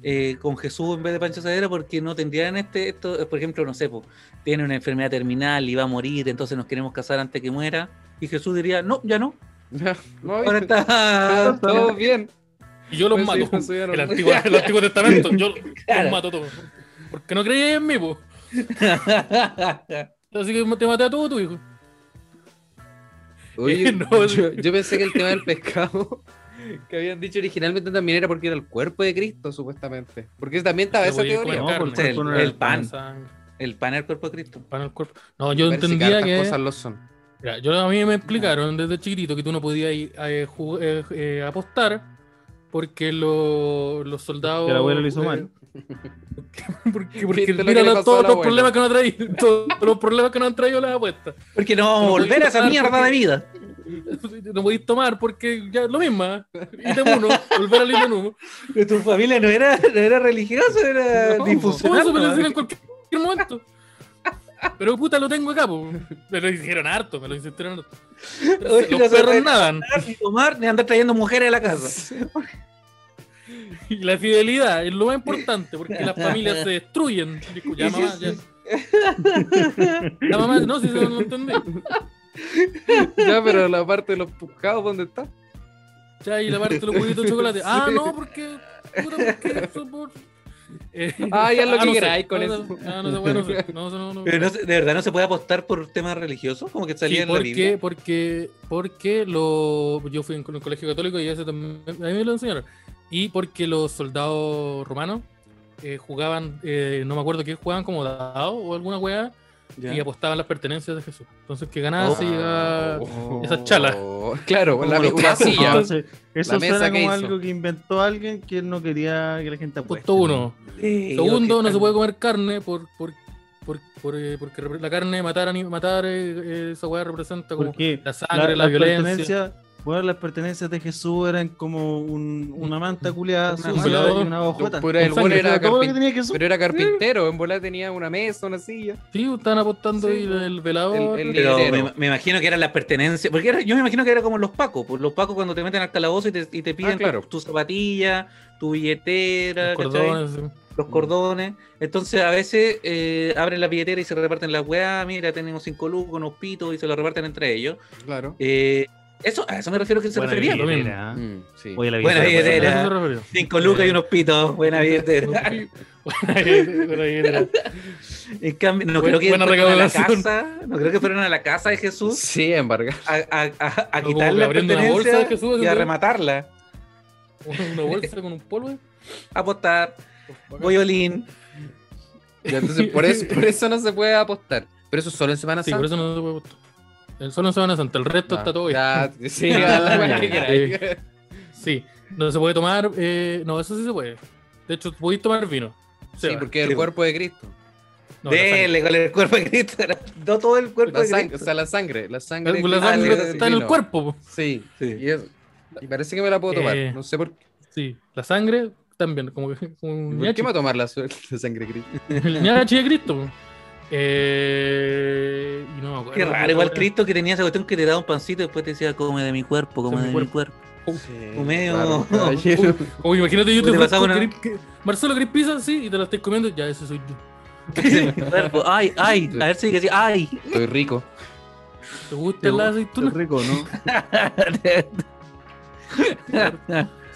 eh, con Jesús en vez de Pancho Saavedra, porque no tendrían este, esto, por ejemplo, no sé, po, tiene una enfermedad terminal y va a morir, entonces nos queremos casar antes que muera. Y Jesús diría, no, ya no, No, ahora está. todo bien. Y yo los Pues sí, mato. pues sí, ya no- el, antiguo, el Antiguo Testamento. Yo Claro. los mato todos. Porque no creías en mí, po. Así que te maté a todo tu hijo. Oye, No. yo, yo pensé que el tema del pescado que habían dicho originalmente también era porque era el cuerpo de Cristo, supuestamente. Porque también estaba Pero esa podía teoría. comer Ah, carne, No, el, porque el- cuerpo, el pan. sangre, El pan del cuerpo de Cristo. pan al cuerpo. No, yo Parece que entendía hartas que. cosas lo son. Mira, yo a mí me explicaron desde chiquitito que tú no podías ir a, eh, ju- eh, eh, apostar porque lo- los soldados. el abuelo lo hizo eh, mal. Porque, porque Viste lo mira que le la- pasó todos al los abuelo. problemas que nos han traído, todos los problemas que nos han traído las apuestas. Porque no vamos a Pero volver a esa porque- mierda de vida. No podéis tomar porque ya es lo mismo. ¿eh? Ítem uno, volver al ítem uno. Tu familia no era, no era religiosa, Eh, era No, po, difusional, eso me lo ¿no? hicieron en cualquier momento. Pero puta, lo tengo acá, po. Me lo hicieron harto, me lo hicieron harto. Oye, no Los se perros puede nadan. Ni tomar, ni andar trayendo mujeres a la casa. Y la fidelidad es lo más importante, porque las familias se destruyen. Disculpa, Ya, mamá, ya. La mamá, no, si eso no lo entendí. Ya, pero la parte de los pescados, ¿dónde está? Ya, y la parte de los huevitos de chocolate. Ah, no, porque. Puta, porque eso por. Eh, Ah, ya lo que no sé, queráis con no sé, eso. Ah, no sé, bueno, no sé, no, sé, no, no. Pero no se- de verdad no se puede apostar por temas religiosos, como que Sí, salía en la Biblia. porque, porque, porque lo, yo fui en un colegio católico y eso también, a mí me lo enseñaron. Y porque los soldados romanos eh, jugaban, eh, no me acuerdo qué, jugaban como dado o alguna weá Ya. y apostaban las pertenencias de Jesús. Entonces, que ganaba se Oh. llegaba. Esa chala. Claro, la, Como los una clásicos. silla. Entonces, eso La mesa suena que como hizo. algo que inventó alguien que no quería que la gente apueste. Punto uno. Sí, Segundo, ok, no se puede comer carne por, por, por, por, eh, porque repre- la carne, matar, ani- matar eh, eh, esa weá representa como ¿Por qué? la sangre, la, las violencia. pertenencias- bueno, las pertenencias de Jesús eran como un, una manta culeada Una sucia manta. y una bojota. Pero el Con buen sangre, era Todo lo que carpintero. tenía Jesús. Pero era carpintero, en bola tenía una mesa, una silla. Sí, están apostando Sí, ahí pues. el velador. El- el- Pero Dinero. me, me imagino que eran las pertenencias. Porque era- yo me imagino que era como los pacos. Pues los pacos cuando te meten al calabozo y te, y Ah, te piden claro. tu, tu zapatilla, tu billetera, los ¿cachai? cordones. sí. los cordones. Entonces a veces eh, abren la billetera y se reparten las weas. Mira, tenemos cinco lucos, unos pitos y se los reparten entre ellos. Claro. Eh, eso, a eso me refiero que se Buena refería. lo mismo. billetera, ¿eh? Mm, sí. Oye, la Buena billetera, billetera. A eso se refería. Cinco lucas y unos pitos. Buena billetera. En cambio, no Bu- creo que buena fueran a la recaudación. casa. No creo que fueran a la casa de Jesús Sí, embarga. a, a, a, a No, como quitar que la abriendo una bolsa de pertenencia Jesús, y a ¿sí? rematarla. Una bolsa con un polvo. apostar, violín. Ya, entonces, por eso, por eso no se puede apostar. Pero eso solo en Semana Sí, por Santa. eso no se puede apostar. El solo en Semana Santa, el resto está todo bien. Ya, sí, a la wea que queráis. Sí, no se puede tomar. eh, no, eso sí se puede. De hecho, podéis tomar vino. Se Sí, va. porque Sí. el cuerpo de Cristo. No, la sangre. Dele con el cuerpo de Cristo. No todo el cuerpo La de sang- o Cristo. sea, la sangre. La sangre, de La Cristo sangre es está en el vino. cuerpo. po. Sí. Sí. Y, es- y parece que me la puedo tomar. Eh, No sé por qué. Sí, la sangre también, como, que- como un ¿Por ñachi. qué me va a tomar la, su- la sangre de Cristo? El ñachi de Cristo. po. Eh, y no me acuerdo. Qué raro, igual Cristo que tenía esa cuestión que te daba un pancito y después te decía, come de mi cuerpo, come De mi de mi cuerpo. cuerpo. Claro, Comeo. caballero. Como imagínate yo Uy, te le pasaba ofrezco una- cri- que- Marcelo Cris Pizza, sí, y te la estoy comiendo, ya ese soy yo. de mi cuerpo. Ay, ay. A ver si que sí. Ay. Estoy rico. ¿Te gusta la aceituna? Es rico, ¿no?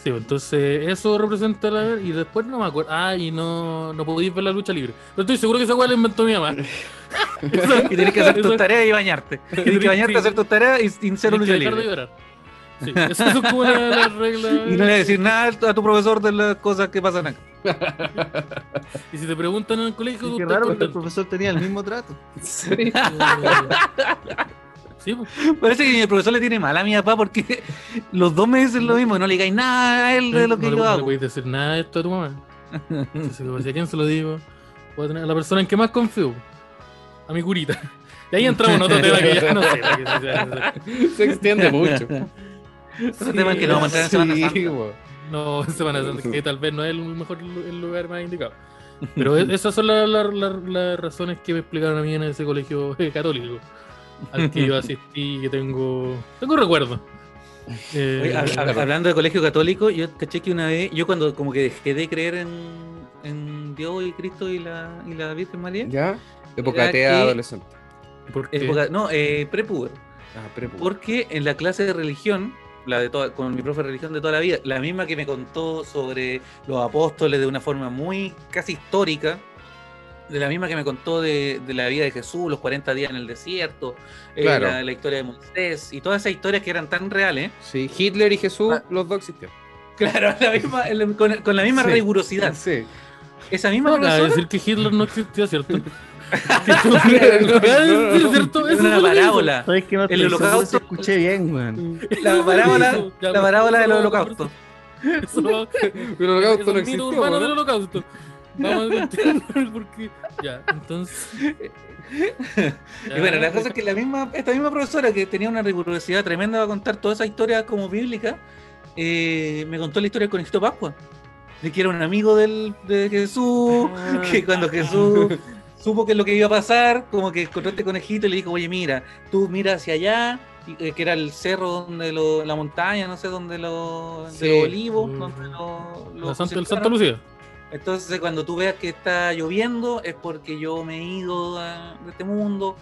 Sí, pues, entonces eso representa la. Y después no me acuerdo. Ah, y no, no podéis ver la lucha libre. Pero estoy seguro que esa weá la inventó mi mamá. y tenés que hacer tus tareas y bañarte. Tienes que bañarte, hacer tus tareas y sin ser un Tienes que dejar lucha de libre. llorar. Sí, esas son como las las reglas. Y no le decir nada a tu profesor de las cosas que pasan acá. Y si te preguntan en el colegio, tú Qué estás raro, pues, porque el contento. pues, profesor tenía el mismo trato. Sí. Sí, pues. Parece que el profesor le tiene mal a mi papá porque los dos me dicen lo mismo. No le digáis nada a él de lo que no, yo le, no le hago. podéis decir nada de esto a tu mamá. Entonces, pues, ¿A quién se lo digo? Voy a tener a la persona en que más confío. A mi curita. Y ahí entramos en otro tema que ya no sé. lo que sea. Se extiende mucho. Ese tema es que no vamos a entrar en Semana Santa. Sí, bo. No, Semana Santa, que tal vez no es el mejor lu- el lugar más indicado. Pero e- esas son la- la- la- las razones que me explicaron a mí en ese colegio eh, católico al que yo asistí y que tengo. Tengo recuerdos. Eh, Oye, hab- hab- hablando de colegio católico, yo caché que una vez, yo cuando como que dejé de creer en, en Dios y Cristo y la, y la Virgen María, ¿Ya? Época Era atea que- adolescente. ¿por qué? época- no, eh, prepuber, Ah, pero- porque en la clase de religión, la de toda, con mi profe de religión de toda la vida, la misma que me contó sobre los apóstoles de una forma muy casi histórica, de la misma que me contó de, de la vida de Jesús, los 40 días en el desierto, eh, Claro. la, la historia de Moisés y todas esas historias que eran tan reales. Sí, Hitler y Jesús, Ah. los dos existieron. Claro, la misma- el- con, con la misma Sí. rigurosidad. Sí. Esa misma No, nada, persona decir que Hitler no existió, ¿cierto? Que tú- ¿Es cierto? es Eso una lo que dijo. parábola. ¿Sabes qué? No El estoy seguro holocausto- si escuché bien, weón. La parábola, Ya, la parábola del eso- holocausto. Eso va- El holocausto no es un mito existió. urbano ¿no? del holocausto. Vamos a continuar porque. Ya, entonces. Y bueno, Ah. la cosa es que la misma, esta misma profesora que tenía una rigurosidad tremenda para contar toda esa historia como bíblica, eh, me contó la historia del conejito Pascua. De que era un amigo del, de Jesús, que cuando Jesús supo que es lo que iba a pasar, como que encontró este conejito y le dijo, oye, mira, tú mira hacia allá, y, eh, que era el cerro donde lo, la montaña, no sé, donde lo, Sí. de los olivos, Mm. donde lo, lo La Santa, el crucificaron". Santa Lucía. Entonces, cuando tú veas que está lloviendo, es porque yo me he ido a- de este mundo.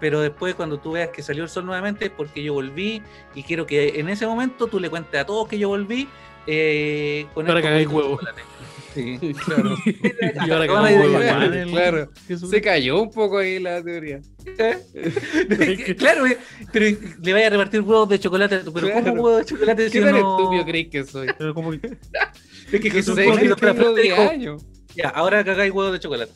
Pero después, cuando tú veas que salió el sol nuevamente, es porque yo volví. Y quiero que en ese momento tú le cuentes a todos que yo volví. eh, con Para estos que hagáis huevitos de huevo. chocolate. Sí. Claro. Y ahora que Acabamos no de huevo, llegar. madre. Claro. Se cayó un poco ahí la teoría. ¿Eh? claro, eh, pero le vaya a repartir huevos de chocolate. Pero Claro. ¿cómo huevos de chocolate si ¿Qué tan no- estúpido creéis que soy? Pero como que- Es que Jesús Seis cuando años fue a la tengo frente de dijo, año. ya, ahora que hagáis huevos de chocolate.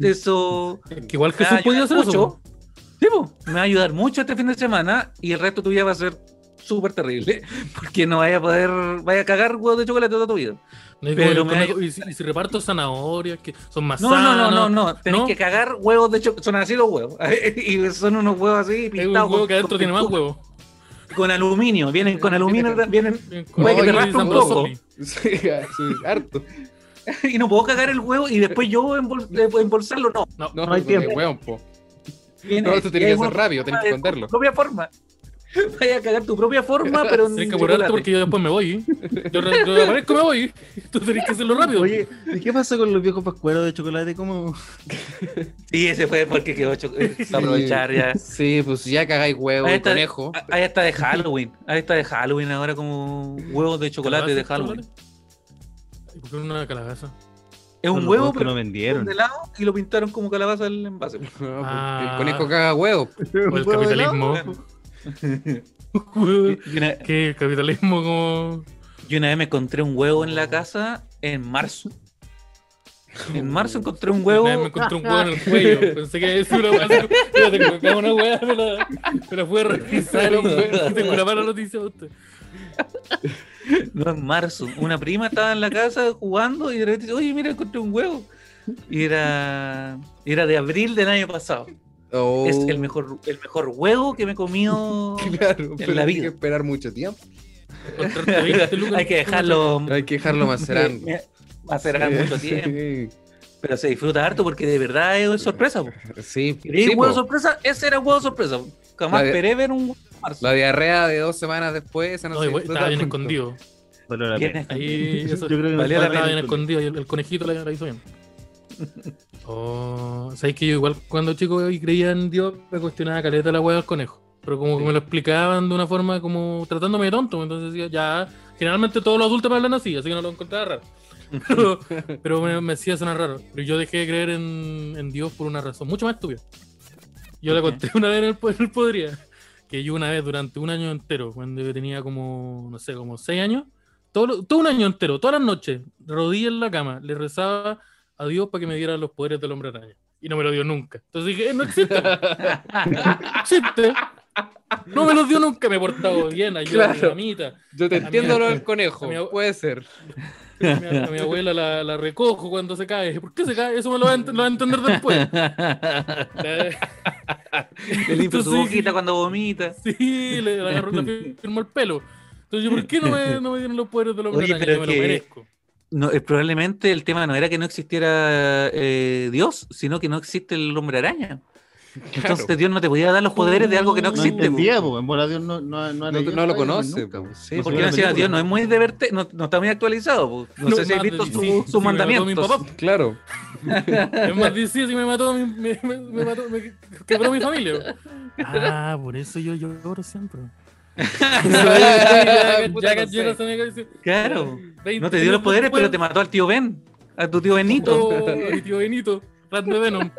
Eso... Es que igual Me va Jesús a podía ayudar hacer mucho. eso. Sí, po, me va a ayudar mucho este fin de semana y el resto de tu vida va a ser súper terrible porque no vaya a poder, vaya a cagar huevos de chocolate toda tu vida. No hay Pero como el me da- conejo, y, si, y si reparto zanahorias, que son más No, no, sanas. no, no, no, tenés ¿no? que cagar huevos de chocolate, son así los huevos y son unos huevos así Hay un pintados huevo con- que adentro con, tiene más pintura, huevo. con aluminio, vienen con aluminio, vienen Con- que te con- raspe un con- poco. con- Sí, sí, harto. y no puedo cagar el huevo y después yo embol- eh, embolsarlo, no. No, pues, No hay no, tiempo. de hueón, po. Viene- No, esto y tiene hay que ser huevos rápido, tenés que de tu esconderlo. propia forma. Vaya a cagar tu propia forma, pero en Tienes que apurarte chocolate. porque yo después me voy. ¿eh? Yo, re- yo aparezco y me voy. Tú tenés que hacerlo rápido. Oye, ¿y qué pasa con los viejos pascueros de chocolate? ¿Cómo? Sí, ese fue porque quedó cho- eh, para aprovechar ya. Sí, pues ya cagáis huevo Ahí y está. conejo. Ah, Ahí está de Halloween. Ahí está de Halloween ahora como huevos de chocolate de Halloween. ¿Y por qué una calabaza? Es Son un los huevo huevos que pero no vendieron. de lado y lo pintaron como calabaza el envase. No, pues, Ah. El conejo caga huevo. O el capitalismo. Y una, ¿Qué? El capitalismo como. y una vez me encontré un huevo en la casa en marzo. En marzo encontré un huevo. Oh. Una vez Me encontré un huevo en el cuello. Pensé que es una hueá. Fíjate que me cago en una hueá, pero, pero fue revisar. y Tengo una mala noticia. usted. No, en marzo. Una prima estaba en la casa jugando y de repente dice, oye, mira, encontré un huevo. Y era, era de abril del año pasado. Oh, Es el mejor, el mejor huevo que me he comido. Claro, pero la hay vida. que esperar mucho tiempo. Encontrarte 20 lucas. Hay que dejarlo Hay que dejarlo macerando. eh, macerar mucho tiempo. Sí, Pero se disfruta harto porque de verdad es sorpresa. po. sí, ¿Queréis sí, huevo po. sorpresa? Ese era huevo sorpresa. Jamás La de- esperé ver un huevo en marzo. La diarrea de dos semanas después, esa no, No, se igual disfruta estaba bien tanto. escondido. Valió la Bien pena. Ahí, eso, Yo creo que Valía la estaba pena. bien escondido y el, el conejito la, la hizo bien. Oh, ¿Sabes que yo igual cuando chico y creía en Dios me cuestionaba caleta la hueá del conejo? Pero como que me lo explicaban de una forma como tratándome de tonto, entonces decía, ya, generalmente todos los adultos me hablan así, así que no lo encontraba raro. Pero, pero me, me hacía sonar raro. Pero yo dejé de creer en, en Dios por una razón mucho más estúpida. Yo la ¿Por conté una vez en el, po- en el Podría, que yo una vez durante un año entero, cuando yo tenía como, no sé, como seis años, todo, lo- todo un año entero, todas las noches, rodilla en la cama, le rezaba a Dios para que me diera los poderes del hombre araña. Y no me lo dio nunca. Entonces dije, eh, no existe. No existe. No me los dio nunca, me he portado bien, ayuda a mi Claro. mamita. Yo te A mi entiendo lo ab- del conejo, a mi ab- puede ser. A mi, a mi abuela la, la recojo cuando se cae. ¿Por qué se cae? Eso me lo va a, ent- lo va a entender después. La- Le limpio su Entonces- boquita cuando vomita. Sí, le le agarró la fir- firmó el pelo. Entonces yo, ¿por qué no me, no me dieron los poderes de los Oye, pero Yo me lo que- merezco. No, eh, probablemente el tema no era que no existiera eh, Dios, sino que no existe el hombre araña. Entonces Dios no te podía dar los poderes de algo que no No No existe. po. entendía, po. En bola Dios no, no, no, No, te- no lo conoce. nunca, po. po. Sí, No pues, Porque se ve no la decía, película. Dios no es muy divertido, no, no está muy actualizado. po. No, sé si has más visto de- sus sí, sí, me sus mató mi mandamientos. papá. Claro. Es más, dice, si me mató, mi- me, me, me mató, me quebró mi familia. Ah, por eso yo lloro siempre. ya Puta, ya no yo no sé. sé, me dice, Claro. 20 No te dio los minutos poderes, pero después, te mató al tío Ben, a tu tío Benito. oh, mi tío Benito. clan de Venom.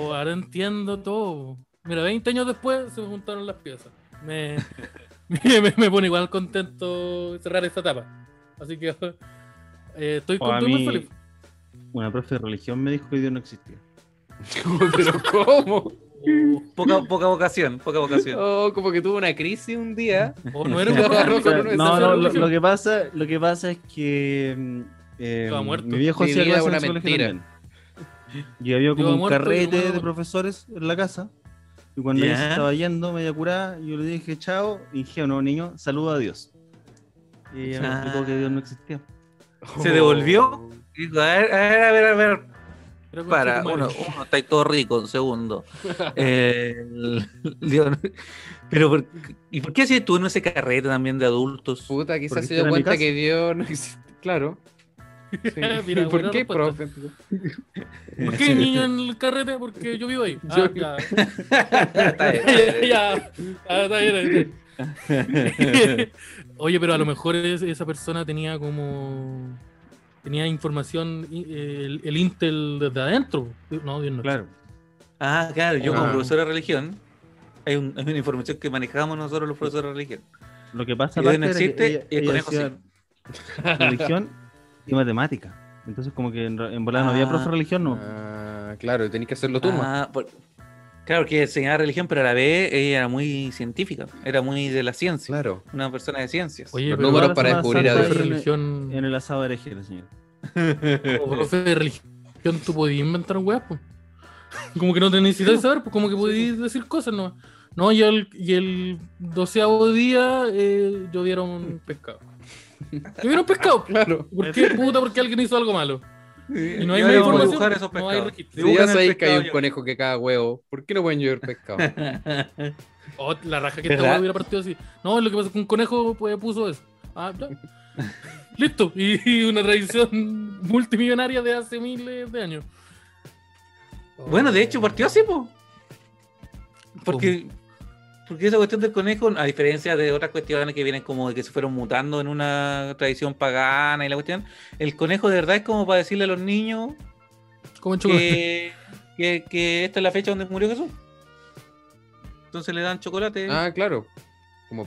Oh, ahora entiendo todo. Mira, 20 años después se me juntaron las piezas. Me, me, me- me pone igual contento cerrar esta etapa. Así que eh, estoy Pues O a contento y mí- feliz. Una profe de religión me dijo que Dios no existía. ¿Pero cómo? Poca, poca vocación, poca vocación. Oh, como que tuvo una crisis un día. Oh, no era un No, agarro con no, un mensaje No, no, no, de lo, religión. lo que pasa, lo que pasa es que mm, eh, Estaba muerto. mi viejo Mi hacía vida clases en una el colegio mentira. también. Y había como Yo un muerto, yo carrete muerto. de profesores en la casa. Y cuando Ya. ella se estaba yendo, media curada, yo le dije, chao, ingenuo niño, saluda a Dios. Y ella me Ah. explicó que Dios no existía. ¿Se devolvió? Dijo, a ver, a ver, a ver, a ver, Era con Para, chico uno, madre. uno está ahí todo rico, segundo. Eh, el- Dios, pero, por- ¿y por qué haces tú en ese carrete también de adultos? Puta, quizás Porque se era dio mi cuenta casa. que Dios no existe. Claro. Sí. Mira, ¿Por buena qué, respuesta. profe? ¿Por qué hay niño en el carrete? Porque yo vivo ahí. Ah, Yo- ya. Está bien. ya, ya. Ah, está bien, está bien. Oye, pero a lo mejor es- esa persona tenía como. Tenía información, i- el, el Intel desde adentro. No, Dios no. Claro. Ah, claro, yo como Ah. profesor de religión, hay, un- hay una información que manejábamos nosotros los profesores de religión. Lo que pasa Y Dios aparte no era que existe, ella- y el ella conejo hacía religión y matemática. Entonces como que en, en volada no había Ah. profe de religión, no. Ah, claro, tenés que hacerlo tú, más. Ah, por- claro, que enseñaba religión, pero a la vez ella era muy científica, era muy de la ciencia, Claro. una persona de ciencias. Oye, Los pero números ahora para se descubrir a basa profe de Dios. en- religión. En el asado herejía, la señora. como profe de religión, tú podías inventar weas, pues. Como que no te necesitas saber, pues como que podías decir cosas nomás. No, y el, y el doceavo día eh, llovieron pescado. Llovieron pescado. Claro. ¿Por qué puta? Porque alguien hizo algo malo. Y no hay Ya más vamos a información. dibujar esos no hay pescados. registro. Si Dibujan ya el sabéis que hay pescado un yo- conejo que caga huevo, ¿por qué no pueden llover pescado? Oh, la raja que ¿Verdad? esta wea hubiera partido así. No, lo que pasa es que un conejo pues, puso eso. Ah, ya. Listo. Y, y una tradición multimillonaria de hace miles de años. Bueno, de hecho partió así, po. Porque, porque esa cuestión del conejo, a diferencia de otras cuestiones que vienen como de que se fueron mutando en una tradición pagana y la cuestión, el conejo de verdad es como para decirle a los niños Como Eh, chocolate. que, que, que esta es la fecha donde murió Jesús. Entonces le dan chocolate Ah, claro. Como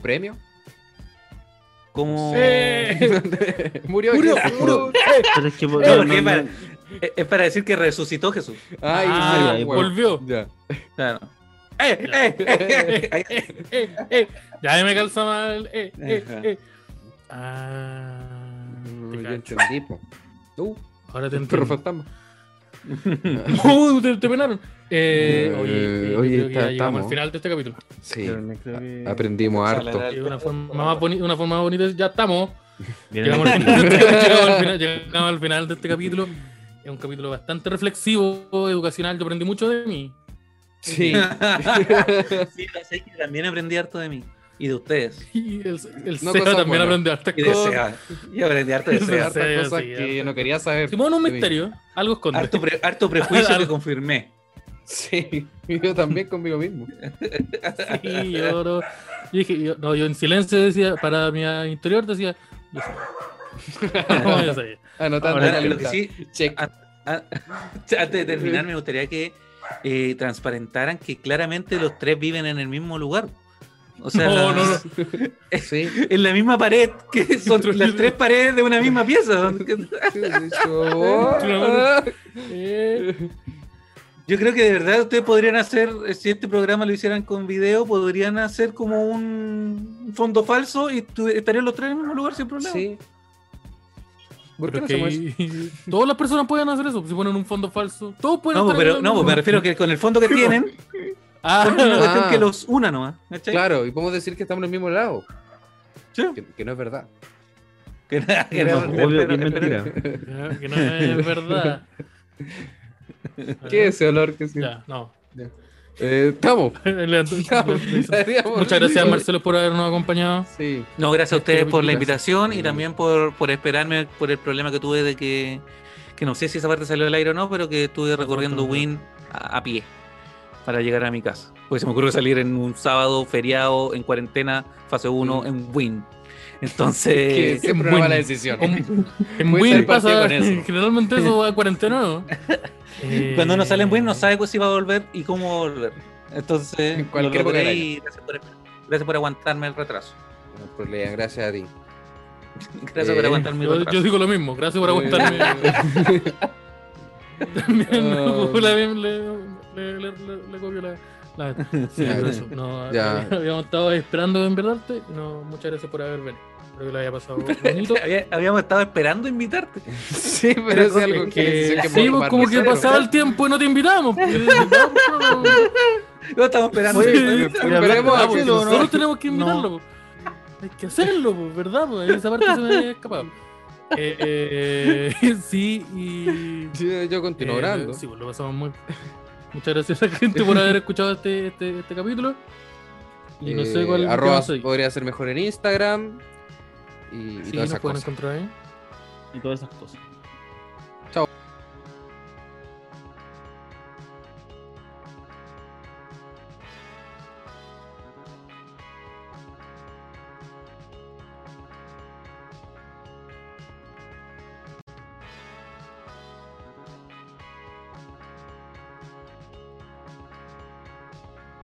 premio. como... Sí. Murió. Murió, Jesús. murió. Pero es que Claro, no, que no, para- no. Es es para decir que resucitó Jesús. Ay, Ah, murió, huevo. volvió. Ya. Claro. ¡Eh, eh, eh, eh, eh! Eh, eh, eh. Ya me calza mal. Eh, eh, Ajá. eh. Ah, te Yo cacho. entendí, po. Uh, Ahora te perro entiendo. fantasma. Uh, te, te penaron. Eh, Eh, oye, eh, oye, yo creo que está- ya llegamos estamos. al final de este capítulo. Sí. Pero me creo que- Aprendimos harto. De una forma más bonita, una forma más bonita, ya estamos. Viene Llegamos al, el- final, este llegamos al final- llegamos al final de este capítulo. Es un capítulo bastante reflexivo, educacional. Yo aprendí mucho de mí. Sí. Sí, la sé que también aprendí harto de mí y de ustedes. Y el, el Seba No cosas también buenas. aprendió hartas Y de cosas. Seba. Y aprendí harto de Seba. Sí, Hartas sí, cosas sí, que harto. no quería saber. Simón, un Sí. misterio. Algo esconde. Harto, pre- harto prejuicio que confirmé. Sí, yo también conmigo mismo. Y yo, no- yo dije, yo- no, yo en silencio decía, para mi interior decía, yo sabía. No, yo sabía. Anotando Ahora, la Ahora, lo que lista. sí, Check. a- antes de terminar, me gustaría que eh, transparentaran que claramente los tres viven en el mismo lugar. O sea, No, la- no, no. Sí. en la misma pared, que son las tres paredes de una misma pieza. Eh, Yo creo que de verdad ustedes podrían hacer, eh, si este programa lo hicieran con video, podrían hacer como un fondo falso y tu- estarían los tres en el mismo lugar sin problema. Sí. ¿Por pero qué no hacemos eso? que- Todas las personas pueden hacer eso, pues, si ponen un fondo falso. Todos pueden No, estar pero en no, el- me refiero que con el fondo que tienen, Ah, una cuestión Ah. que los una nomás. ¿cachai? Claro, y podemos decir que estamos en el mismo lado. Sí. Que, que no es verdad. Que nada, que No, no, pero- obvio que es pero- mentira. que no es verdad. ¿Qué es ese olor que sí? Ya, no. Eh, estamos. Leandro, Estamos. Estaríamos. Muchas gracias, Marcelo, por habernos acompañado. Sí. No, gracias a ustedes por la Gracias. invitación y también por, por esperarme por el problema que tuve de que, que no sé si esa parte salió del aire o no, pero que estuve recorriendo Win a, a pie. para llegar a mi casa. Pues se me ocurrió salir en un sábado, feriado, en cuarentena, fase 1, en Win. que Entonces, siempre buen- una mala decisión. En- En Muy Win cerca pasa con eso. generalmente eso va a Eh, 49. cuando no uno sale en Win no sabe pues, si va a volver y cómo volver. Entonces, En lo cualquier época logré del y gracias por, gracias por aguantarme el retraso. No hay problema, gracias a ti. Gracias Eh, por aguantarme el Yo, retraso. yo digo lo mismo, gracias por aguantarme. También no, Ah. la- le, le, le- le- le copio la. la- sí, Ya, pero eso, no, ya. habíamos estado esperando en verdad. No, muchas gracias por haber venido. Espero que lo haya pasado bonito. Había- habíamos estado esperando invitarte. Sí, pero es algo que. Que, sí, vos como que pasaba el tiempo y no te invitamos. pues. No, no, no. Yo estaba esperando. Oye, Esperemos a que Porque nosotros nosotros- tenemos que invitarlo. po. Hay que hacerlo, po, ¿verdad? po? Esa parte se me había escapado. Eh, eh, sí, y. Yo, yo continúo eh, orando. Sí, pues, lo pasamos muy. Muchas gracias a la gente por haber escuchado este, este, este capítulo. Y no sé Eh, cuál. qué arroba más hay. podría ser mejor en Instagram. Y, y Sí, todas nos esas pueden cosas. encontrar ahí. y todas esas cosas.